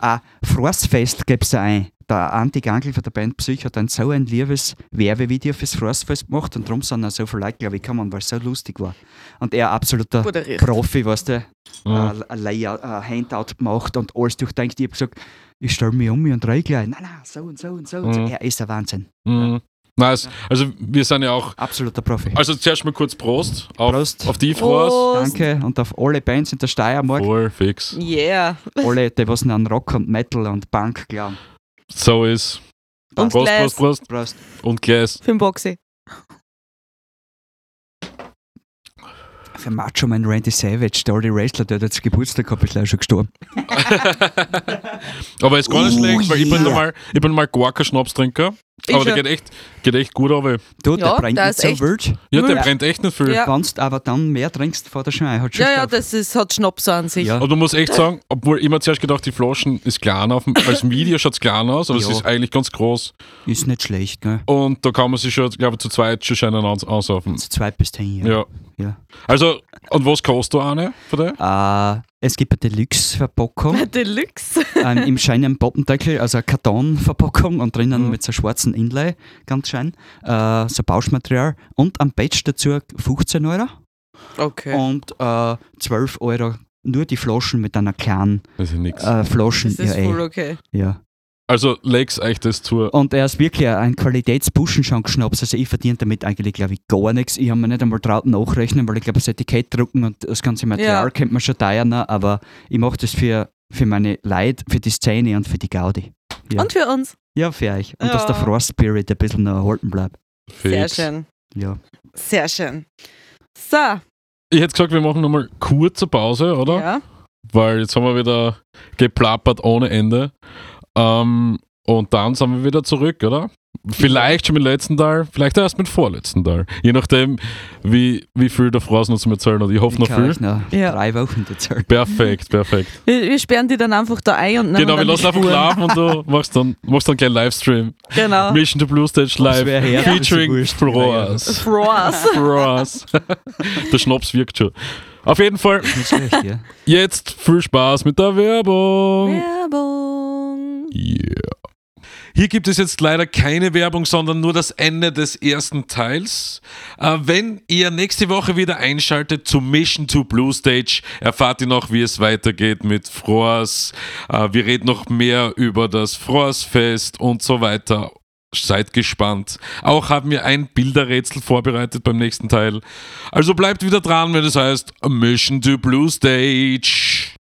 S4: Ah, Frostfest gibt es ein. Der Anti Gangl von der Band Psych hat dann so ein liebes Werbevideo fürs Frostfest gemacht und darum sind auch so viele Leute, glaube ich, gekommen, weil es so lustig war. Und er absoluter
S3: Moderiert.
S4: Profi, weißt du,
S1: Ja.
S4: ein- ein Layout, ein Handout gemacht und alles durchdenkt. Ich habe gesagt, ich stelle mich um und rein gleich. Nein, nein, so und so und so. Und so.
S1: Mhm.
S4: Er ist ein Wahnsinn.
S1: Mhm. Nice. Also wir sind ja auch.
S4: Absoluter Profi.
S1: Also zuerst mal kurz Prost auf,
S4: Prost.
S1: auf die Frost.
S4: Danke und auf alle Bands in der Steiermark,
S1: Voll fix.
S3: Yeah.
S4: alle, die was an Rock und Metal und Punk glauben.
S1: So ist.
S3: Und
S1: Prost,
S3: Glas.
S1: Prost, Prost.
S4: Prost.
S1: Und Glas.
S3: Für den Boxy.
S4: Für Macho Man Randy Savage, der alte Wrestler, der hat jetzt Geburtstag gehabt, ist leider schon gestorben.
S1: Aber ist gar nicht
S4: Oh,
S1: schlecht, weil ich bin
S4: yeah.
S1: mal, ich bin mal Guaca-Schnapstrinker.
S3: Ich
S1: Aber der
S3: schon.
S1: geht echt, geht echt gut runter.
S3: Ja,
S4: Du, der brennt
S3: der
S4: nicht
S3: ist
S4: so
S3: echt-
S4: wild.
S1: Ja, der
S3: Ja.
S1: brennt echt nicht viel.
S3: Ja.
S4: Kannst aber dann mehr trinkst vor der Schneie. Hat schon
S3: Ja, ja,
S4: Stoff.
S3: das ist, hat Schnaps an sich.
S4: Ja.
S1: Aber du musst echt sagen, obwohl ich mir zuerst gedacht, die Flaschen ist klein auf dem, als Video schaut es klein aus, aber
S4: Ja.
S1: es ist eigentlich ganz groß.
S4: Ist nicht schlecht, gell?
S1: Und da kann man sich schon, glaube ich, zu zweit schon scheinen ans ansaufen.
S4: Zu zweit bist du hin,
S1: Ja.
S4: Ja.
S1: Also, und was kostet da eine von der?
S4: Äh, es gibt eine Deluxe-Verpackung
S3: Deluxe.
S4: ähm, im scheinen Poppendeckel, also eine Kartonverpackung und drinnen
S1: Mhm.
S4: mit so schwarzen Inlay, ganz schein, äh, so Bauschmaterial und am Badge dazu 15 Euro.
S3: Okay.
S4: und äh, 12 Euro nur die Flaschen mit einer kleinen
S1: Das ist nix.
S4: äh, Flaschen.
S3: Das ist
S4: ja, ey.
S3: voll okay.
S4: ja.
S1: Also Lakes echtes Tour.
S4: Und er ist wirklich ein Qualitätsbuschenschank-Schnaps. Also ich verdiene damit eigentlich, glaube ich, gar nichts. Ich habe mir nicht einmal traut nachrechnen, weil ich glaube, das Etikett drucken und das ganze Material
S3: Ja.
S4: kennt man schon daher, aber ich mache das für, für meine Leute, für die Szene und für die Gaudi. Ja.
S3: Und für uns.
S4: Ja, für euch. Und dass
S3: Ja.
S4: der Frost-Spirit ein bisschen noch erhalten bleibt.
S3: Sehr
S1: Fix.
S3: schön.
S4: Ja.
S3: Sehr schön. So,
S1: Ich hätte gesagt, wir machen nochmal kurze Pause, oder?
S3: ja.
S1: Weil jetzt haben wir wieder geplappert ohne Ende. Ähm, und dann sind wir wieder zurück, oder? Vielleicht schon mit letzten Teil, vielleicht erst mit vorletzten Teil. Je nachdem, wie, wie viel der Frost noch zu erzählen hat. Ich hoffe noch
S4: Ich kann
S1: viel.
S4: euch noch
S3: Ja.
S4: drei Wochen erzählen.
S1: Perfekt, perfekt.
S3: Wir, wir sperren die dann einfach da ein und nehmen
S1: genau, wir
S3: dann die
S1: lassen einfach
S3: Spuren.
S1: laufen und du machst dann, machst dann gleich Livestream.
S3: Genau.
S1: Mission to Blue Stage
S4: Das
S1: Live
S4: wär her, das ist
S1: featuring
S4: wurscht.
S1: Frost.
S3: Frost.
S1: Frost. der Schnaps wirkt schon. Auf jeden Fall,
S4: Nicht schlecht, ja.
S1: jetzt viel Spaß mit der Werbung.
S3: Werbung.
S1: Yeah. Hier gibt es jetzt leider keine Werbung, sondern nur das Ende des ersten Teils. Äh, wenn ihr nächste Woche wieder einschaltet zu Mission to Blue Stage, erfahrt ihr noch, wie es weitergeht mit Froas. Äh, wir reden noch mehr über das Froas-Fest und so weiter. Seid gespannt. Auch haben wir ein Bilderrätsel vorbereitet beim nächsten Teil. Also bleibt wieder dran, wenn es heißt Mission to Blue Stage.